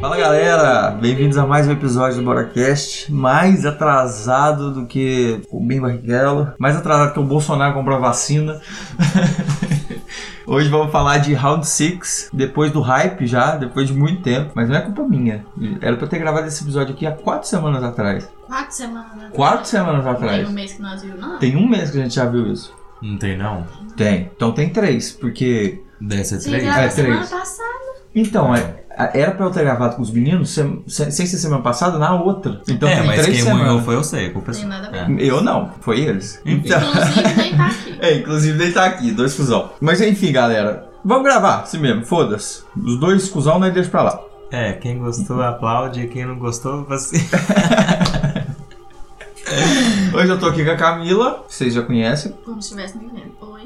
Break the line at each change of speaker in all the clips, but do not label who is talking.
Fala galera, bem-vindos a mais um episódio do BoraCast. Mais atrasado do que o Bem Barrichello, mais atrasado que o Bolsonaro comprar vacina. Hoje vamos falar de Round 6, depois do hype já, depois de muito tempo, mas não é culpa minha. Era pra eu ter gravado esse episódio aqui há quatro semanas atrás.
Quatro semanas atrás.
Quatro semanas
Tem
atrás.
um mês que nós vimos, não?
Tem um mês que a gente já viu isso.
Não tem não?
Tem. Então tem três, porque
Dessa é
Você
três?
grava
É,
semana
três.
passada.
Então, é- era pra eu ter gravado com os meninos sem, sem sem ser semana passada, na outra. Então
é,
tem
mas
três
quem
semanas.
morreu foi eu sei, culpa
Tem nada a ver.
É.
Eu não, foi eles.
Então-
Inclusive, nem tá aqui.
é, inclusive ele tá aqui, dois cuzão. Mas enfim, galera, vamos gravar, assim mesmo, foda-se. Os dois cuzão nós deixa pra lá.
É, quem gostou aplaude, quem não gostou, você.
Hoje eu tô aqui com a Camila, que vocês já conhecem,
Como se estivesse me vendo. Oi.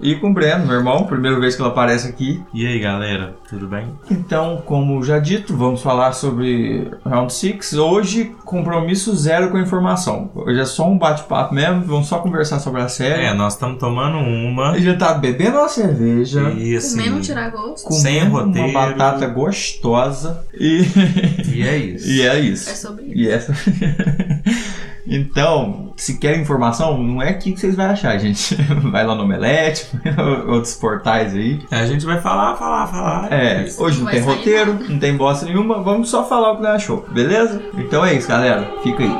e com o Breno, meu irmão, primeira vez que ela aparece aqui.
E aí galera, tudo bem?
Então, como já dito, vamos falar sobre Round 6. Hoje, compromisso zero com a informação. Hoje é só um bate-papo mesmo, vamos só conversar sobre a série.
É, nós estamos tomando uma
A gente tá bebendo uma cerveja,
e assim.
Comendo um tiragosto.
comendo
Sem roteiro.
uma batata gostosa e,
E é isso.
e é isso.
É sobre isso.
E essa. Então, se quer informação, não é aqui que vocês vão achar, gente. Vai lá no Omelete, outros portais aí.
A gente vai falar, falar, falar.
É, hoje não
Vai
tem
sair
roteiro, não tem bosta nenhuma, vamos só falar o que nós achou, beleza? Então é isso, galera. Fica aí.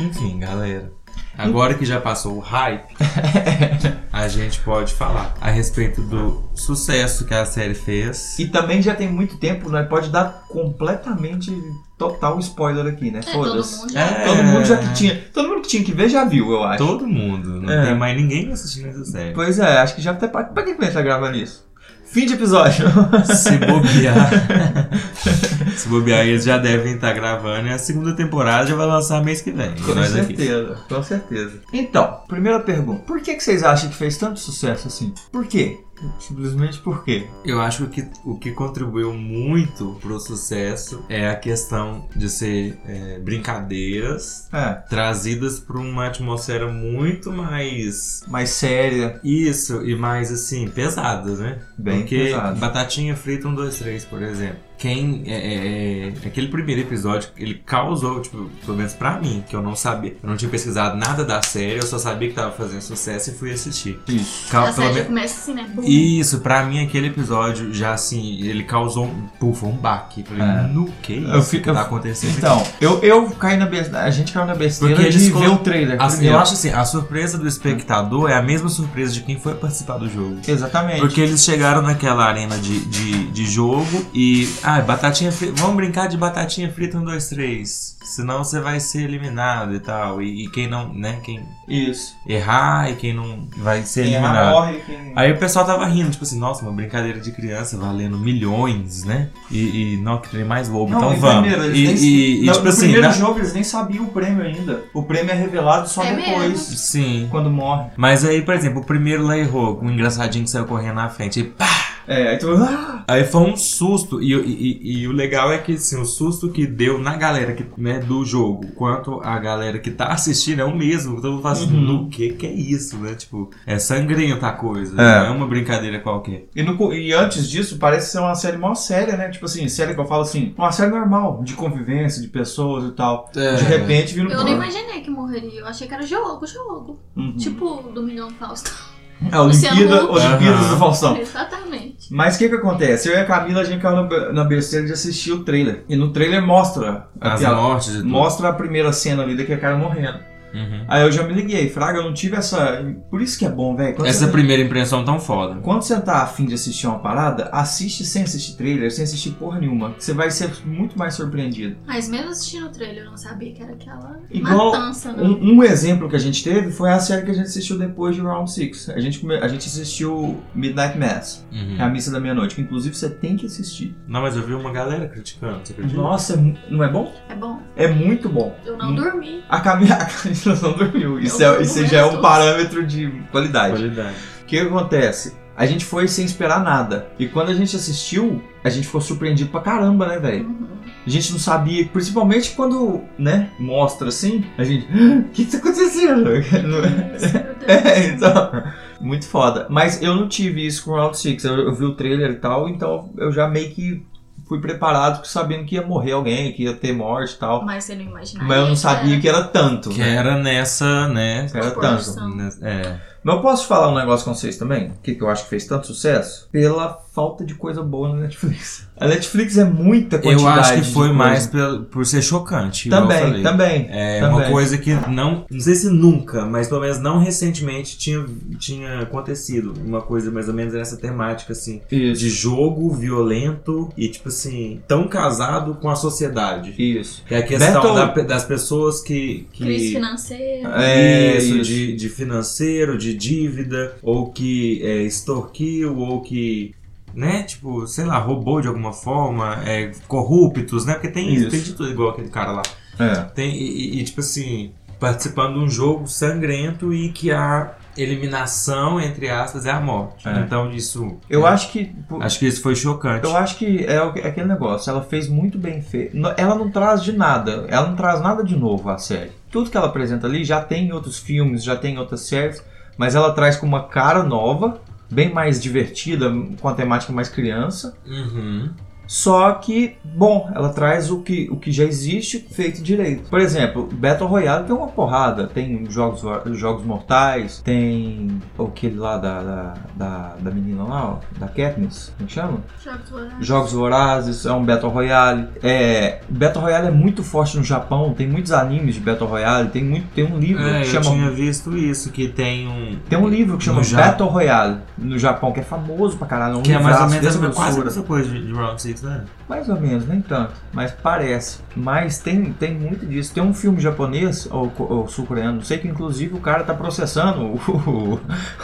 Enfim, galera. Agora que já passou o hype, a gente pode falar a respeito do sucesso que a série fez.
E também já tem muito tempo, nós pode dar completamente total spoiler aqui, né?
É, todo
Foda-se.
mundo já.
É.
Todo mundo já que tinha. Todo mundo que tinha que ver já viu, eu acho.
Todo mundo, não
É.
tem mais ninguém assistindo essa série.
Pois é, acho que já até. Pra pra que que a gente tá gravando isso? Fim de episódio.
Se bobear. Se bobear, eles já devem estar gravando e a segunda temporada já vai lançar mês que vem.
Com
Nós aqui.
certeza, com certeza. Então, primeira pergunta. Por que, que vocês acham que fez tanto sucesso assim? Por quê? Simplesmente por quê?
Eu acho que o que contribuiu muito pro sucesso é a questão de ser é, brincadeiras
É,
trazidas para uma atmosfera muito mais.
mais séria,
Isso, e mais assim, pesadas, né?
bem
Porque
pesado.
batatinha frita 1, 2, 3, por exemplo. Quem. É, é, é, aquele primeiro episódio, ele causou, tipo, pelo menos pra mim, que eu não sabia. Eu não tinha pesquisado nada da série, eu só sabia que tava fazendo sucesso e fui assistir.
Isso.
Ca-
a
pelo
série já
menos-
começa assim, né? Bum.
Isso, pra mim aquele episódio já assim, ele causou um puff, um baque. Eu Falei,
É.
no que isso
Eu fico-
que tá acontecendo?
Então, eu, eu caí na besteira. A gente caiu na besteira
Porque
de
eles
ver
colo-
o trailer.
aqui?" Assim,
é primeiro.
eu acho assim, a surpresa do espectador é a mesma surpresa de quem foi participar do jogo.
Exatamente.
Porque eles chegaram naquela arena de, de, de jogo e. Ah, batatinha frita. Vamos brincar de batatinha frita 1, 2, 3. Senão você vai ser eliminado e tal. E, e quem não, né? Quem
Isso.
errar e quem não vai ser
Quem errar
eliminado.
morre, quem-
Aí o pessoal tava rindo, tipo assim, nossa, uma brincadeira de criança valendo milhões, né? E, e não, que trem mais bobo,
Não,
então
e
vamos.
primeiro, eles
e,
nem-
e- e,
Não,
tipo
no
assim,
primeiro
na-
jogo eles nem sabiam o prêmio ainda. O prêmio é revelado só
É
depois,
Sim.
quando morre.
Mas aí, por exemplo, o primeiro lá errou, um engraçadinho que saiu correndo na frente. E pá!
É, aí tu. Ah!
Aí foi um susto, e, e- e- e o legal é que assim, o susto que deu na galera que, né, do jogo, quanto a galera que tá assistindo, é o mesmo. Todo mundo fala assim,
Uhum.
no que que é isso, né? Tipo, é sangrenta a coisa,
É.
não é uma brincadeira qualquer.
E, no co- e antes disso, parece ser uma série mó séria, né? Tipo assim, série que eu falo assim, uma série normal, de convivência, de pessoas e tal.
É.
De repente vira um.
Eu não imaginei que morreria. Eu achei que era jogo, jogo.
Uhum.
Tipo, do Milhão Fausto.
É, Olimpíada,
Luciano.
Olimpíadas
Aham.
do Faustão.
Exatamente.
Mas o que que acontece? Eu e a Camila, a gente caiu na- na besteira de assistir o trailer. E no trailer mostra
As
aquela-
mortes e tudo.
Mostra a primeira cena ali daquele cara morrendo.
Uhum.
Aí eu já me liguei, Fraga, eu não tive essa. Por isso que é bom, velho. Quando,
Essa
você-
primeira impressão tão foda.
quando você tá afim de assistir uma parada, assiste sem assistir trailer, sem assistir porra nenhuma. Você vai ser muito mais surpreendido.
Mas mesmo assistindo o trailer, eu não sabia que era aquela
Igual
matança, né?
Um, um exemplo que a gente teve foi a série que a gente assistiu depois de Round 6. A gente, come- a gente assistiu Midnight Mass,
Uhum.
que é a missa da meia-noite, que inclusive você tem que assistir.
Não, mas eu vi uma galera criticando, você acredita?
Nossa, é mu- não é bom?
É bom.
É muito bom.
Eu não dormi.
A Camila, a Camila não dormiu. Isso, é,
Eu durmo
isso já é um
mesmo.
parâmetro de qualidade.
Qualidade.
O que acontece? A gente foi sem esperar nada. E quando a gente assistiu, a gente ficou surpreendido pra caramba, né, velho?
Uhum.
A gente não sabia, principalmente quando, né, mostra assim, a gente. "Ah, O que que tá acontecendo? Não é? É, então. Muito foda. Mas eu não tive isso com o Round 6. Eu, eu vi o trailer e tal, então eu já meio que fui preparado sabendo que ia morrer alguém, que ia ter morte e tal.
Mas você não imaginaria.
Mas eu não sabia que era tanto.
Que é. era nessa, né?
Que era
Proporção.
tanto.
nessa- É.
Mas eu posso falar um negócio com vocês também? Que, que eu acho que fez tanto sucesso? Pela falta de coisa boa na Netflix. A Netflix é muita quantidade.
Eu acho que foi
de coisa.
mais pelo- por ser chocante. igual eu
Também,
falei.
também.
É
Também.
uma coisa que não. Não sei se nunca, mas pelo menos não recentemente tinha, tinha acontecido. Uma coisa mais ou menos nessa temática, assim.
Isso.
De jogo violento e, tipo assim, tão casado com a sociedade.
Isso.
É a questão
Battle-
da pe- das pessoas que. que...
Crise financeira.
É,
isso,
isso.
De, de financeiro, de dívida, ou que é, extorquiu, ou que, né, tipo, sei lá, roubou de alguma forma, é, corruptos, né? Porque tem isso,
Isso.
tem de tudo igual aquele cara lá.
É.
Tem, e, e- e, tipo assim, participando de um jogo sangrento e que a eliminação, entre aspas, é a morte.
É.
Então isso.
Eu
é,
acho que.
acho que isso foi chocante.
Eu acho que é o- é aquele negócio, ela fez muito bem feito. No- Ela não traz de nada, ela não traz nada de novo à série. Tudo que ela apresenta ali já tem em outros filmes, já tem em outras séries, mas ela traz com uma cara nova, bem mais divertida, com a temática mais criança.
Uhum.
Só que, bom, ela traz o que, o que já existe feito direito. Por exemplo, Battle Royale tem uma porrada. Tem jogos, jogos mortais, tem aquele lá da, da, da, da menina lá, ó, da Katniss, como é que chama?
Jogos Vorazes.
Jogos Vorazes, é um Battle Royale. É, Battle Royale é muito forte no Japão, tem muitos animes de Battle Royale, tem, muito, tem um livro
É,
que
eu
chama.
tinha visto isso, que tem um.
Tem um livro que chama
No Ja-
Battle Royale no Japão, que é famoso pra caralho. é Um
Que é mais ou
livraço
menos
dessa
a- quase a
grossura.
mesma coisa de, de Round 6, né?
Mais ou menos, nem tanto, mas parece. Mas tem, tem muito disso. Tem um filme japonês, ou, co- ou sul-coreano, não sei, que inclusive o cara tá processando o,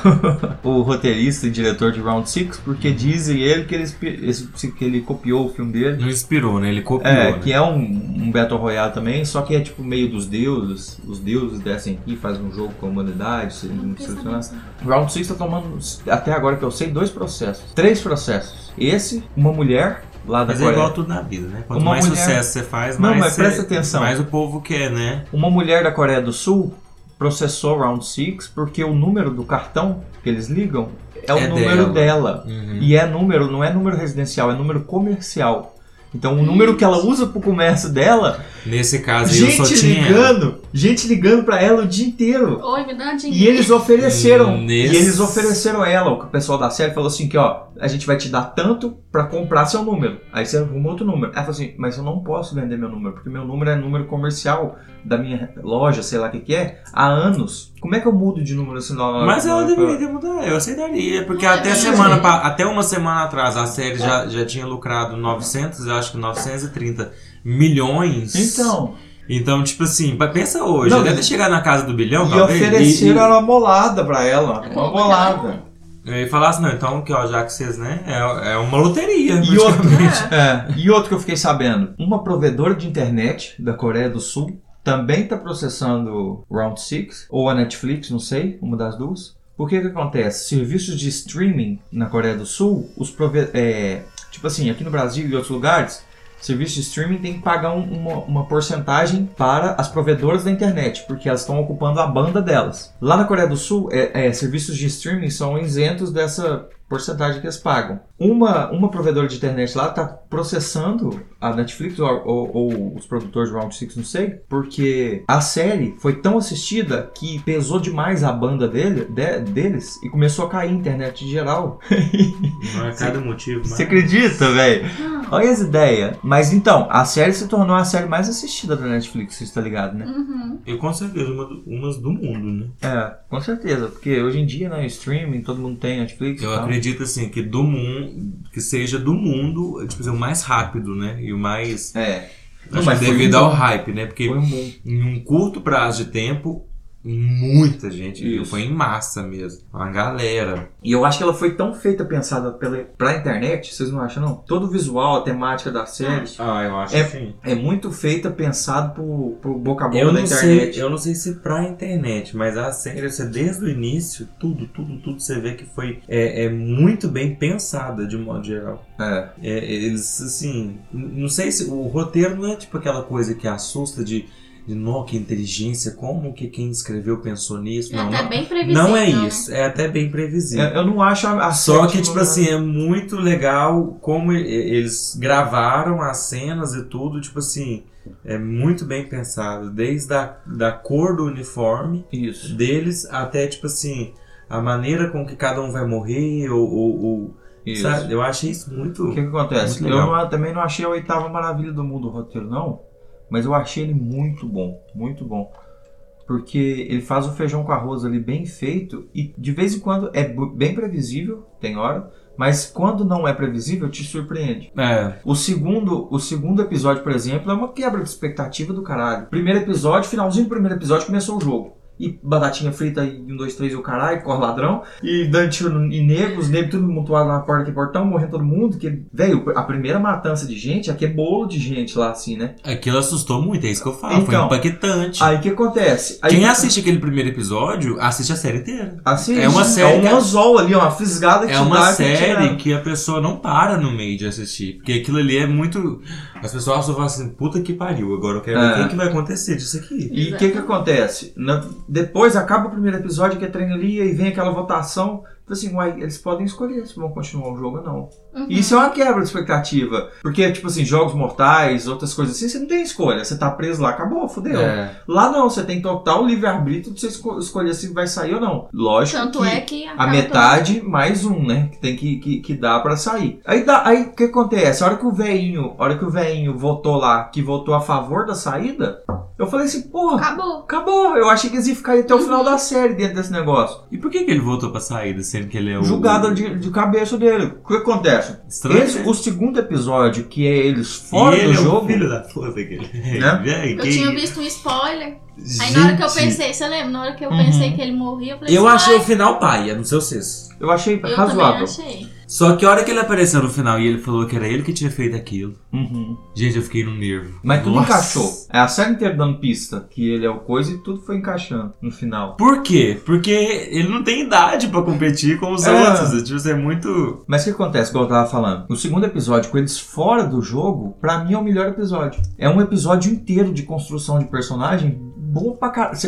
o, roteirista e diretor de Round 6, porque dizem ele que ele, espi- esse- que ele copiou o filme dele.
Não inspirou, né? Ele copiou.
É,
né?
que é um, um Battle Royale também, só que é tipo meio dos deuses. Os deuses descem aqui, fazem um jogo com a humanidade, se
Não
não
quer
precisa
saber
falar.
disso.
Round 6 tá tomando, até agora que eu sei, dois processos. Três processos. Esse, uma mulher lá da
Mas é
Coreia.
igual tudo na vida, né? Quanto
Uma
mais
mulher-
sucesso você faz,
Não,
mais,
mas
você-
presta atenção.
mais o povo quer, né?
Uma mulher da Coreia do Sul processou Round 6 porque o número do cartão que eles ligam é o
É
número
dela. Hum.
dela.
E-
E é número, não é número residencial, é número comercial. Então o número que ela usa pro comércio dela
Nesse caso, aí, eu só
Gente
tinha.
ligando, gente ligando pra ela o dia inteiro.
Oi, me dá um dinheiro.
E eles ofereceram,
Nesse-
e eles ofereceram ela, o pessoal da série falou assim que ó, a gente vai te dar tanto pra comprar seu número. Aí você arruma outro número. Ela falou assim, mas eu não posso vender meu número, porque meu número é número comercial da minha loja, sei lá o que que é, há anos. Como é que eu mudo de número assim na hora?
Mas
na
ela
hora-
deveria ter mudado, eu aceitaria. Porque
Ah,
até,
mas-
semana, pa- até uma semana atrás a série já, já tinha lucrado 900, eu acho que 930 milhões.
Então,
Então, tipo assim, pa- pensa hoje,
Não,
deve ter chegado na casa do bilhão,
e
talvez.
ofereceram
e,
uma molada pra ela, uma molada.
e, e falar assim, não, então, que, ó, já que vocês, né? É, é uma loteria.
E outro,
praticamente.
é, e outro que eu fiquei sabendo, uma provedora de internet da Coreia do Sul também está processando Round 6, ou a Netflix, não sei, uma das duas. Porque que acontece? Serviços de streaming na Coreia do Sul, os prove é, tipo assim, aqui no Brasil e outros lugares, serviço de streaming tem que pagar um- uma, uma porcentagem para as provedoras da internet, porque elas estão ocupando a banda delas. Lá na Coreia do Sul, é, é, serviços de streaming são isentos dessa porcentagem que eles pagam. Uma, uma provedora de internet lá está processando a Netflix ou, ou- ou os produtores de Round 6, não sei, porque a série foi tão assistida que pesou demais a banda dele, de- deles e começou a cair a internet em geral.
Não é cada motivo, mas...
Você acredita, velho?
Não.
Olha as ideias. Mas então, a série se tornou a série mais assistida da Netflix, você tá ligado, né?
Uhum.
Eu com certeza, uma do- umas do mundo, né?
É, com certeza. Porque hoje em dia, né, streaming, todo mundo tem Netflix.
Eu
e tal.
acredito assim que do mundo, que seja do mundo, tipo assim, o mais rápido, né? E o mais
É. Não,
acho
mas
que
foi
devido
um
ao
boom.
hype, né? Porque
Foi um boom.
em um curto prazo de tempo, muita gente viu.
Isso.
Foi em massa mesmo. Uma galera.
E eu acho que ela foi tão feita, pensada pela, pra internet, vocês não acham, não? Todo o visual, a temática da série
Ah, eu acho
É-
que sim.
é muito feita, pensado pro, pro boca a boca
Eu
da
não, sei,
internet.
eu não sei se pra internet, mas a série, você, desde o início, tudo, tudo, tudo, você vê que foi é, é muito bem pensada de modo geral.
É.
É, eles, assim, n- não sei se o roteiro não é tipo aquela coisa que assusta de, de nó, que inteligência, como que quem escreveu pensou nisso?
É
Não,
até
não,
bem previsível.
não é
né?
isso, é até bem previsível.
É, Eu, eu não acho a, a
Só
série
que,
não-
tipo assim, é muito legal como e- e- eles gravaram as cenas e tudo, tipo assim, é muito bem pensado. Desde a da cor do uniforme
Isso.
deles até, tipo assim, a maneira com que cada um vai morrer, ou. ou- ou-
isso.
sabe? Eu achei isso muito.
O que, que acontece?
Muito
Eu
legal.
não- também não achei a oitava maravilha do mundo o roteiro, não. Mas eu achei ele muito bom, muito bom. Porque ele faz o feijão com arroz ali bem feito e de vez em quando é bu- bem previsível, tem hora, mas quando não é previsível te surpreende.
É,
O segundo, o segundo episódio, por exemplo, é uma quebra de expectativa do caralho. Primeiro episódio, finalzinho do primeiro episódio começou o jogo. E batatinha frita e um, dois, três, o caralho, corre ladrão. E dando tiro no- em negros, os negros tudo mutuado na porta que portão, morrendo todo mundo. Que, velho, a primeira matança de gente, aqui é bolo de gente lá, assim, né?
aquilo assustou muito, é isso que eu falo. foi
Então,
impactante.
Aí o que acontece? Aí,
Quem assiste aquele primeiro episódio, assiste a série inteira.
Assiste,
é uma série que-
É um anzol ali, ó, uma fisgada que
É
te
uma
dá, que te
série
tira.
que a pessoa não para no meio de assistir. Porque aquilo ali é muito. As pessoas só falam assim, puta que pariu, agora eu quero ver
É.
o que, que vai acontecer disso aqui.
E o que que acontece? Na- depois acaba o primeiro episódio que é treino ali e vem aquela votação. Tipo assim, uai, eles podem escolher se vão continuar o jogo ou não.
Uhum.
E Isso é uma quebra de expectativa. Porque, tipo assim, jogos mortais, outras coisas assim, você não tem escolha. Você tá preso lá, acabou, fudeu.
É.
Lá não, você tem total livre-arbítrio de você esco- escolher se vai sair ou não. Lógico
Tanto
que
é que
a
acaba
metade mais um, né? Que tem que, que, que dá pra sair. Aí dá, aí o que acontece? A hora que o veinho, a hora que o veinho votou lá, que votou a favor da saída, eu falei assim,
tomando-
porra,
Acabou.
acabou. Eu achei que eles iam ficar aí até o final da série dentro desse negócio.
E por que, que ele voltou pra saída, sendo que ele é o.
Julgada de, de cabeça dele. O que acontece?
Estranho.
Esse-
né?
o segundo episódio, que é eles fora
E ele
do
é o
jogo.
filho da puta que ele
Né?
Véi,
Eu
que-
tinha visto um spoiler. Aí na hora que eu
Gente,
pensei, você lembra? Na hora que eu
Uhum.
pensei que ele morria, eu falei
Eu
assim,
achei o final paia, não sei vocês.
Eu achei
"Ai, eu
razoável.
também achei.
Só que a hora que ele apareceu no final e ele falou que era ele que tinha feito aquilo,
Uhum.
gente, eu fiquei no nervo.
Mas tudo
Nossa.
encaixou. É a série inteira dando pista que ele é o coisa e tudo foi encaixando no final.
Por quê? Porque ele não tem idade pra competir com os
É.
outros. Tipo, isso é muito.
Mas o que acontece, como eu tava falando? O segundo episódio, com eles fora do jogo, pra mim é o melhor episódio. É um episódio inteiro de construção de personagem bom pra caralho.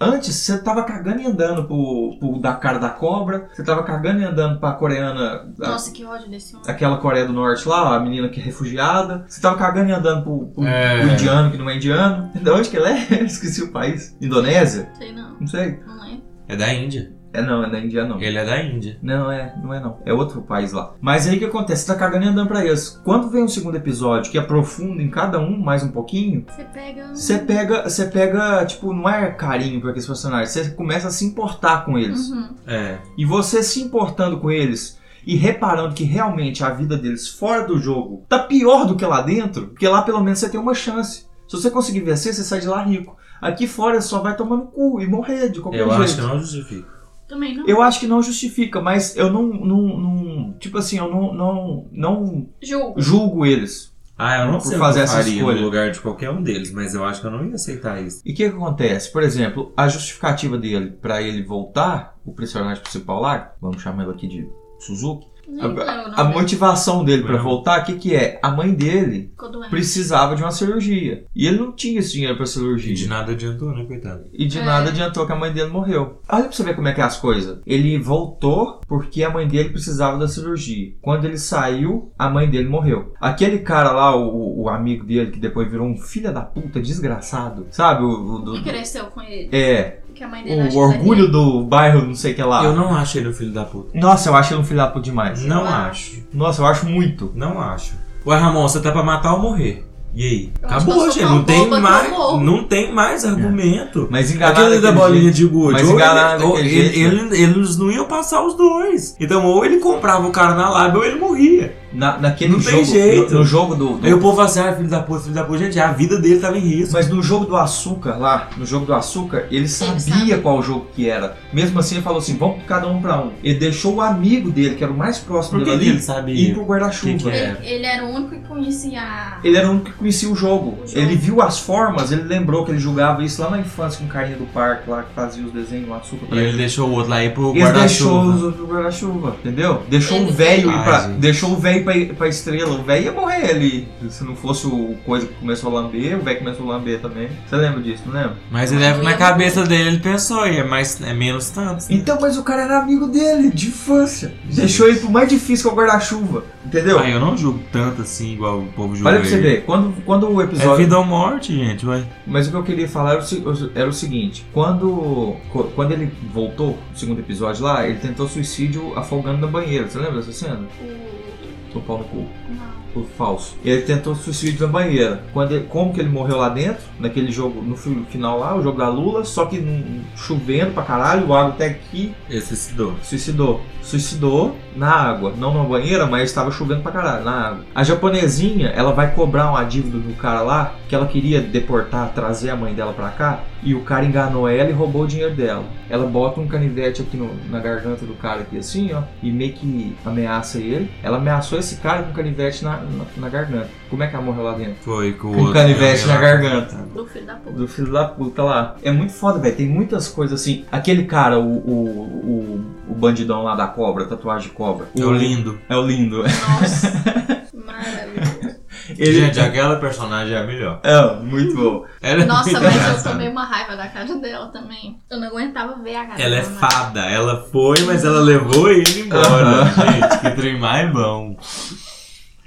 Antes, você tava cagando e andando pro, pro da cara da cobra, você tava cagando e andando pra coreana. a-
Nossa, que ódio desse homem.
aquela Coreia do Norte lá, a menina que é refugiada. Você tava cagando e andando pro, pro-
É.
pro indiano que não é indiano. De onde que ela é? Esqueci o país. Indonésia?
Não sei não,
Não sei.
não lembro.
É da Índia.
É não, é na Índia não.
Ele é da Índia.
Não, é, não é não. É outro país lá. Mas aí o que acontece? Você tá cagando e andando pra eles. Quando vem um segundo episódio que aprofunda em cada um mais um pouquinho,
Você pega um...
você pega, você pega, tipo, não é carinho pra aqueles personagens. Você começa a se importar com eles.
Uhum.
É.
E você se importando com eles e reparando que realmente a vida deles fora do jogo tá pior do que lá dentro, porque lá pelo menos você tem uma chance. Se você conseguir vencer, você sai de lá rico. Aqui fora só vai tomando cu e morrer de qualquer
Eu
é jeito.
acho que não justifica.
Também não.
Eu acho que não justifica, mas eu não, não, não- tipo assim, eu não, não, não
Julgo.
julgo eles.
Ah, eu não
Por
sei o que
fazer
eu
essa
faria
escolha.
no lugar de qualquer um deles, mas eu acho que eu não ia aceitar isso.
E o que, que acontece? Por exemplo, a justificativa dele pra ele voltar, o personagem principal lá, vamos chamar ele aqui de Suzuki,
Nem lembro o
a
nome dele.
motivação dele pra
Não.
voltar, o que que é? A mãe dele
Ficou doente.
precisava de uma cirurgia. E ele não tinha esse dinheiro pra
E de
cirurgia.
nada adiantou, né, coitado?
E de
É.
nada adiantou que a mãe dele morreu. Olha pra você ver como é que é as coisas. Ele voltou porque a mãe dele precisava da cirurgia. Quando ele saiu, a mãe dele morreu. Aquele cara lá, o, o amigo dele, que depois virou um filho da puta desgraçado, sabe? O, o
E
do,
cresceu com ele.
é,
Que a mãe dele acha
o
que ela é
orgulho do bairro, não sei o que lá.
Ah. Eu não acho ele o filho da puta.
Nossa, eu acho ele um filho da puta demais.
Não
Eu
acho.
Nossa, eu acho muito.
Não acho. Ué, Ramon, você tá pra matar ou morrer? E aí?
Eu acho que eu sou
Acabou, gente.
tão
Não tem
boba que
mais.
eu morro.
Não tem mais argumento.
Mas enganado.
Aquele da
daquele
bolinha
jeito.
de gude.
Mas
ou
enganado
ele- ou
daquele
ele-
jeito, né?
ele- Eles não iam passar os dois. Então, ou ele comprava o cara na lábia ou ele morria.
Na, naquele
Não
jogo.
tem jeito.
No, no jogo do. do-
Aí o povo fala assim, ah, filho da puta, filho da puta. Gente, a vida dele tava em risco.
Mas no jogo do açúcar lá, no jogo do açúcar, ele sabia
sabe.
qual jogo que era. Mesmo assim, ele falou assim: vamos cada um pra um. Ele deixou o amigo dele, que era o mais próximo
Por que,
dele
que ele
ali, ir
sabia?
pro guarda-chuva.
Que que é?
Ele, ele era o único que conhecia a...
Ele era o único que conhecia o jogo.
O jogo.
Ele viu as formas, ele lembrou que ele jogava isso lá na infância com o carinha do parque lá que fazia os desenhos, o açúcar
E
pra ele.
ele deixou o outro lá ir pro
Ele deixou os
guarda-chuva.
outros no guarda-chuva, entendeu? Deixou o
Ele-
velho ir pra.
Ai, gente.
Deixou o velho pra, ir- pra estrela. O velho ia morrer ali. Se não fosse o coisa que começou a lamber, o velho começou a lamber também. Você lembra disso, não lembra?
Mas ele na cabeça dele, ele pensou, e é, mais, é menos tanto. né?
Então, mas o cara era amigo dele, de infância. Deixou ele pro mais difícil que é o guarda-chuva. Entendeu?
Ah, eu não julgo tanto assim, igual o povo julga
Olha pra você
ele.
ver, quando, quando o
É
episódio.
vida ou morte, gente, ué.
Mas o que eu queria falar era o, se- era o seguinte: quando, co- quando ele voltou, no segundo episódio lá, ele tentou suicídio afogando na banheira. Você lembra dessa cena?
O...
O pau no cu.
Não.
O falso. Ele tentou suicídio na banheira. Quando ele- como que ele morreu lá dentro? Naquele jogo, no fi- final lá, o jogo da Lula, só que hum, chovendo pra caralho, o água até aqui,
Ele suicidou.
Suicidou. Suicidou na água. Não na banheira, mas estava chovendo pra caralho, na água. A japonesinha, ela vai cobrar uma dívida do cara lá, que ela queria deportar, trazer a mãe dela pra cá, e o cara enganou ela e roubou o dinheiro dela. Ela bota um canivete aqui no- na garganta do cara aqui, assim, ó, e meio que ameaça ele. Ela ameaçou esse cara com um canivete na, na, na garganta. Como é que ela morreu lá dentro?
Foi com o
Com
outro.
canivete
né,
na
lá.
garganta
Do filho da puta.
do filho da puta lá. É muito foda, velho. Tem muitas coisas assim. Aquele cara, o, o, o, o bandidão lá da cobra, tatuagem de cobra.
É o lindo.
É o lindo.
Nossa. Maravilhoso.
Ele...
Gente, aquela personagem é a melhor.
É, muito bom.
Ela é
Nossa,
muito
mas eu
engraçada.
tomei uma raiva da cara dela também. Eu não aguentava ver a cara
Ela é
dela.
fada, ela foi, mas ela levou ele embora. né,
Aham.
Gente, que trem mais bom.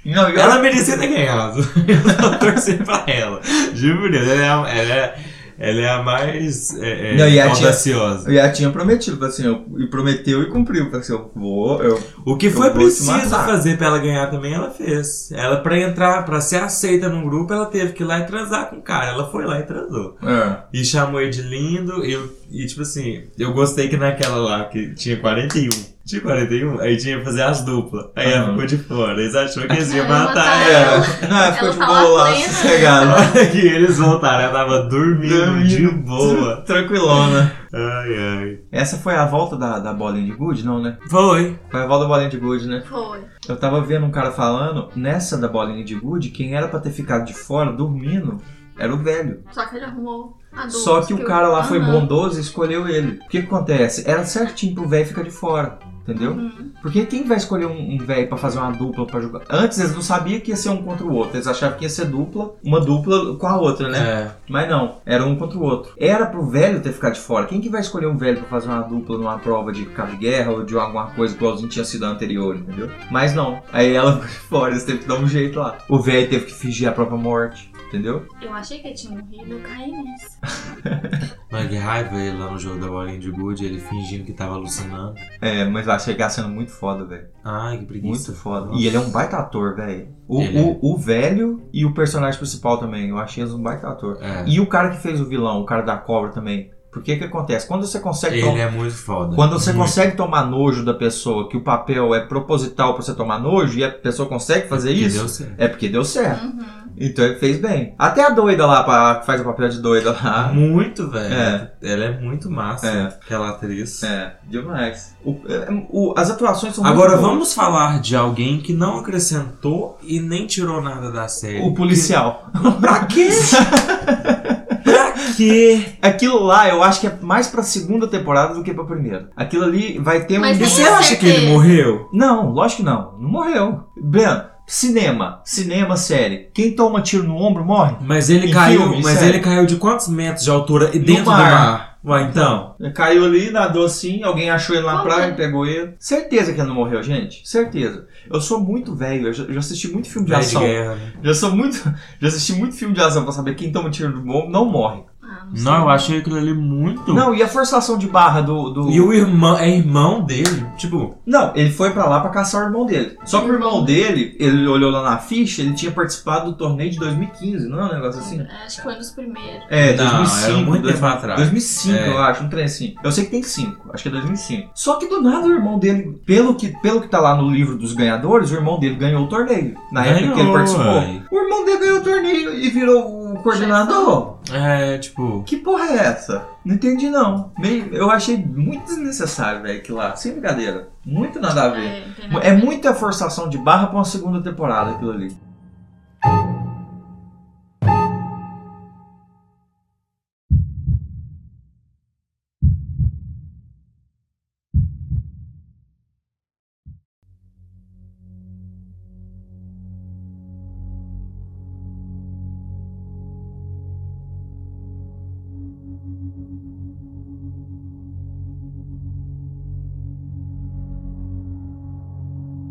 Não, eu...
Ela merecia ter ganhado. Eu tô torcendo pra ela. Juro por Deus, ela é a, ela é, ela é a mais é, é,
Não, e a tia-
audaciosa.
E ela tinha prometido, falou assim, eu- e prometeu e cumpriu. Falou assim, eu vou, eu...
O que
Eu vou
foi
te
preciso
matar.
fazer pra ela ganhar também, ela fez. Ela, pra entrar, pra ser aceita num grupo, ela teve que ir lá e transar com o cara. Ela foi lá e transou.
É.
E chamou ele de lindo. E, eu- e, tipo assim, eu gostei que naquela lá, que tinha 41. Tinha 41? Aí tinha que fazer as duplas. Aí ela
Aham.
ficou de fora. Eles acharam que eles iam
Ela ia
matar
matar
ela.
É. Não, ela ficou
Ela
de
tá
boa
lá
lá,
plena, né?
sossegada.
que eles voltaram, ela tava dormindo, de
Dormindo.
boa.
Tranquilona.
Ai, ai.
Essa foi a volta da, da bolinha de gude, não, né?
Foi.
Foi a volta da bolinha de gude, né?
Foi.
Eu tava vendo um cara falando, nessa da bolinha de gude, quem era pra ter ficado de fora dormindo era o velho.
Só que ele arrumou a dor.
Só que o cara lá foi
Aham.
bondoso e escolheu ele. O que que acontece? Era certinho pro velho ficar de fora, entendeu?
Uhum.
Porque quem vai escolher um, um velho pra fazer uma dupla pra jogar? Antes eles não sabiam que ia ser um contra o outro, eles achavam que ia ser dupla, uma dupla com a outra, né?
É.
Mas não, era um contra o outro. Era pro velho ter ficado de fora. Quem que vai escolher um velho pra fazer uma dupla numa prova de cabo de guerra ou de alguma coisa igualzinho tinha sido a anterior, entendeu? Mas não. Aí ela ficou de fora, eles teve que dar um jeito lá. O velho teve que fingir a própria morte, entendeu?
Eu achei que ele tinha morrido, eu caí nessa.
Mas que raiva ele lá no jogo da bolinha de gude, ele fingindo que tava alucinando.
É, mas lá chegar sendo muito foda, velho.
Ai, que preguiça.
Muito foda.
Nossa.
E ele é um baita ator, velho. O,
Ele é.
o, o velho e o personagem principal também. Eu achei eles um baita ator.
É.
E o cara que fez o vilão, o cara da cobra também. Porque que acontece? Quando você consegue
Ele é muito foda.
Quando você
Muito.
consegue tomar nojo da pessoa, que o papel é proposital pra você tomar nojo e a pessoa consegue fazer
Que
isso,
deu certo.
é porque deu certo.
Uhum.
Então ele fez bem. Até a doida lá, pra- que faz o papel de doida lá.
Muito, velho.
É.
Ela é muito massa,
É.
aquela atriz.
É, demais. O- é, o- as atuações são
Agora
muito boas.
vamos falar de alguém que não acrescentou e nem tirou nada da série.
O policial.
Que- Pra quê? pra quê?
Aquilo lá eu acho que é mais pra segunda temporada do que pra primeira. Aquilo ali vai ter
Mas
um.
E
Tem
você acha que ele
certeza.
morreu?
Não, lógico que não. Não morreu. Breno, cinema. Cinema, série. Quem toma tiro no ombro morre.
Mas ele
Em
caiu,
filme,
mas
sério.
ele caiu de quantos metros de altura e
No
dentro do
mar.
mar? Ué, então.
Caiu ali, nadou assim, alguém achou ele na
Como
praia,
que- é?
pegou ele. Certeza que ele não morreu, gente. Certeza. Eu sou muito velho, eu já, já assisti muito filme de
Velho de
ação.
guerra, né?
Já sou muito. Já assisti muito filme de ação pra saber quem toma tiro do bombo não morre.
Ah,
Não, eu achei aquilo ali muito.
Não, e a forçação de barra do. do...
E o irmão é irmão dele, tipo,
Não, ele foi pra lá pra caçar o irmão dele. Só que o irmão dele, ele olhou lá na ficha, ele tinha participado do torneio de 2015, não é um negócio assim?
Acho que foi nos primeiros.
É,
Não,
2005.
era muito
dois-
tempo atrás.
2005,
É.
eu acho, um trem assim. Eu sei que tem 5, acho que é 2005. Só que do nada o irmão dele, pelo que, pelo que tá lá no livro dos ganhadores, o irmão dele ganhou o torneio. Na época que ele
Ganhou,
participou.
ué.
O irmão dele ganhou o torneio e virou o coordenador.
é, tipo,
Que porra é essa? Não entendi não. Meio, eu achei muito desnecessário, velho, aquilo lá. Sem brincadeira. Muito nada a ver.
É, entendeu?
É muita forçação de barra pra uma segunda temporada aquilo ali.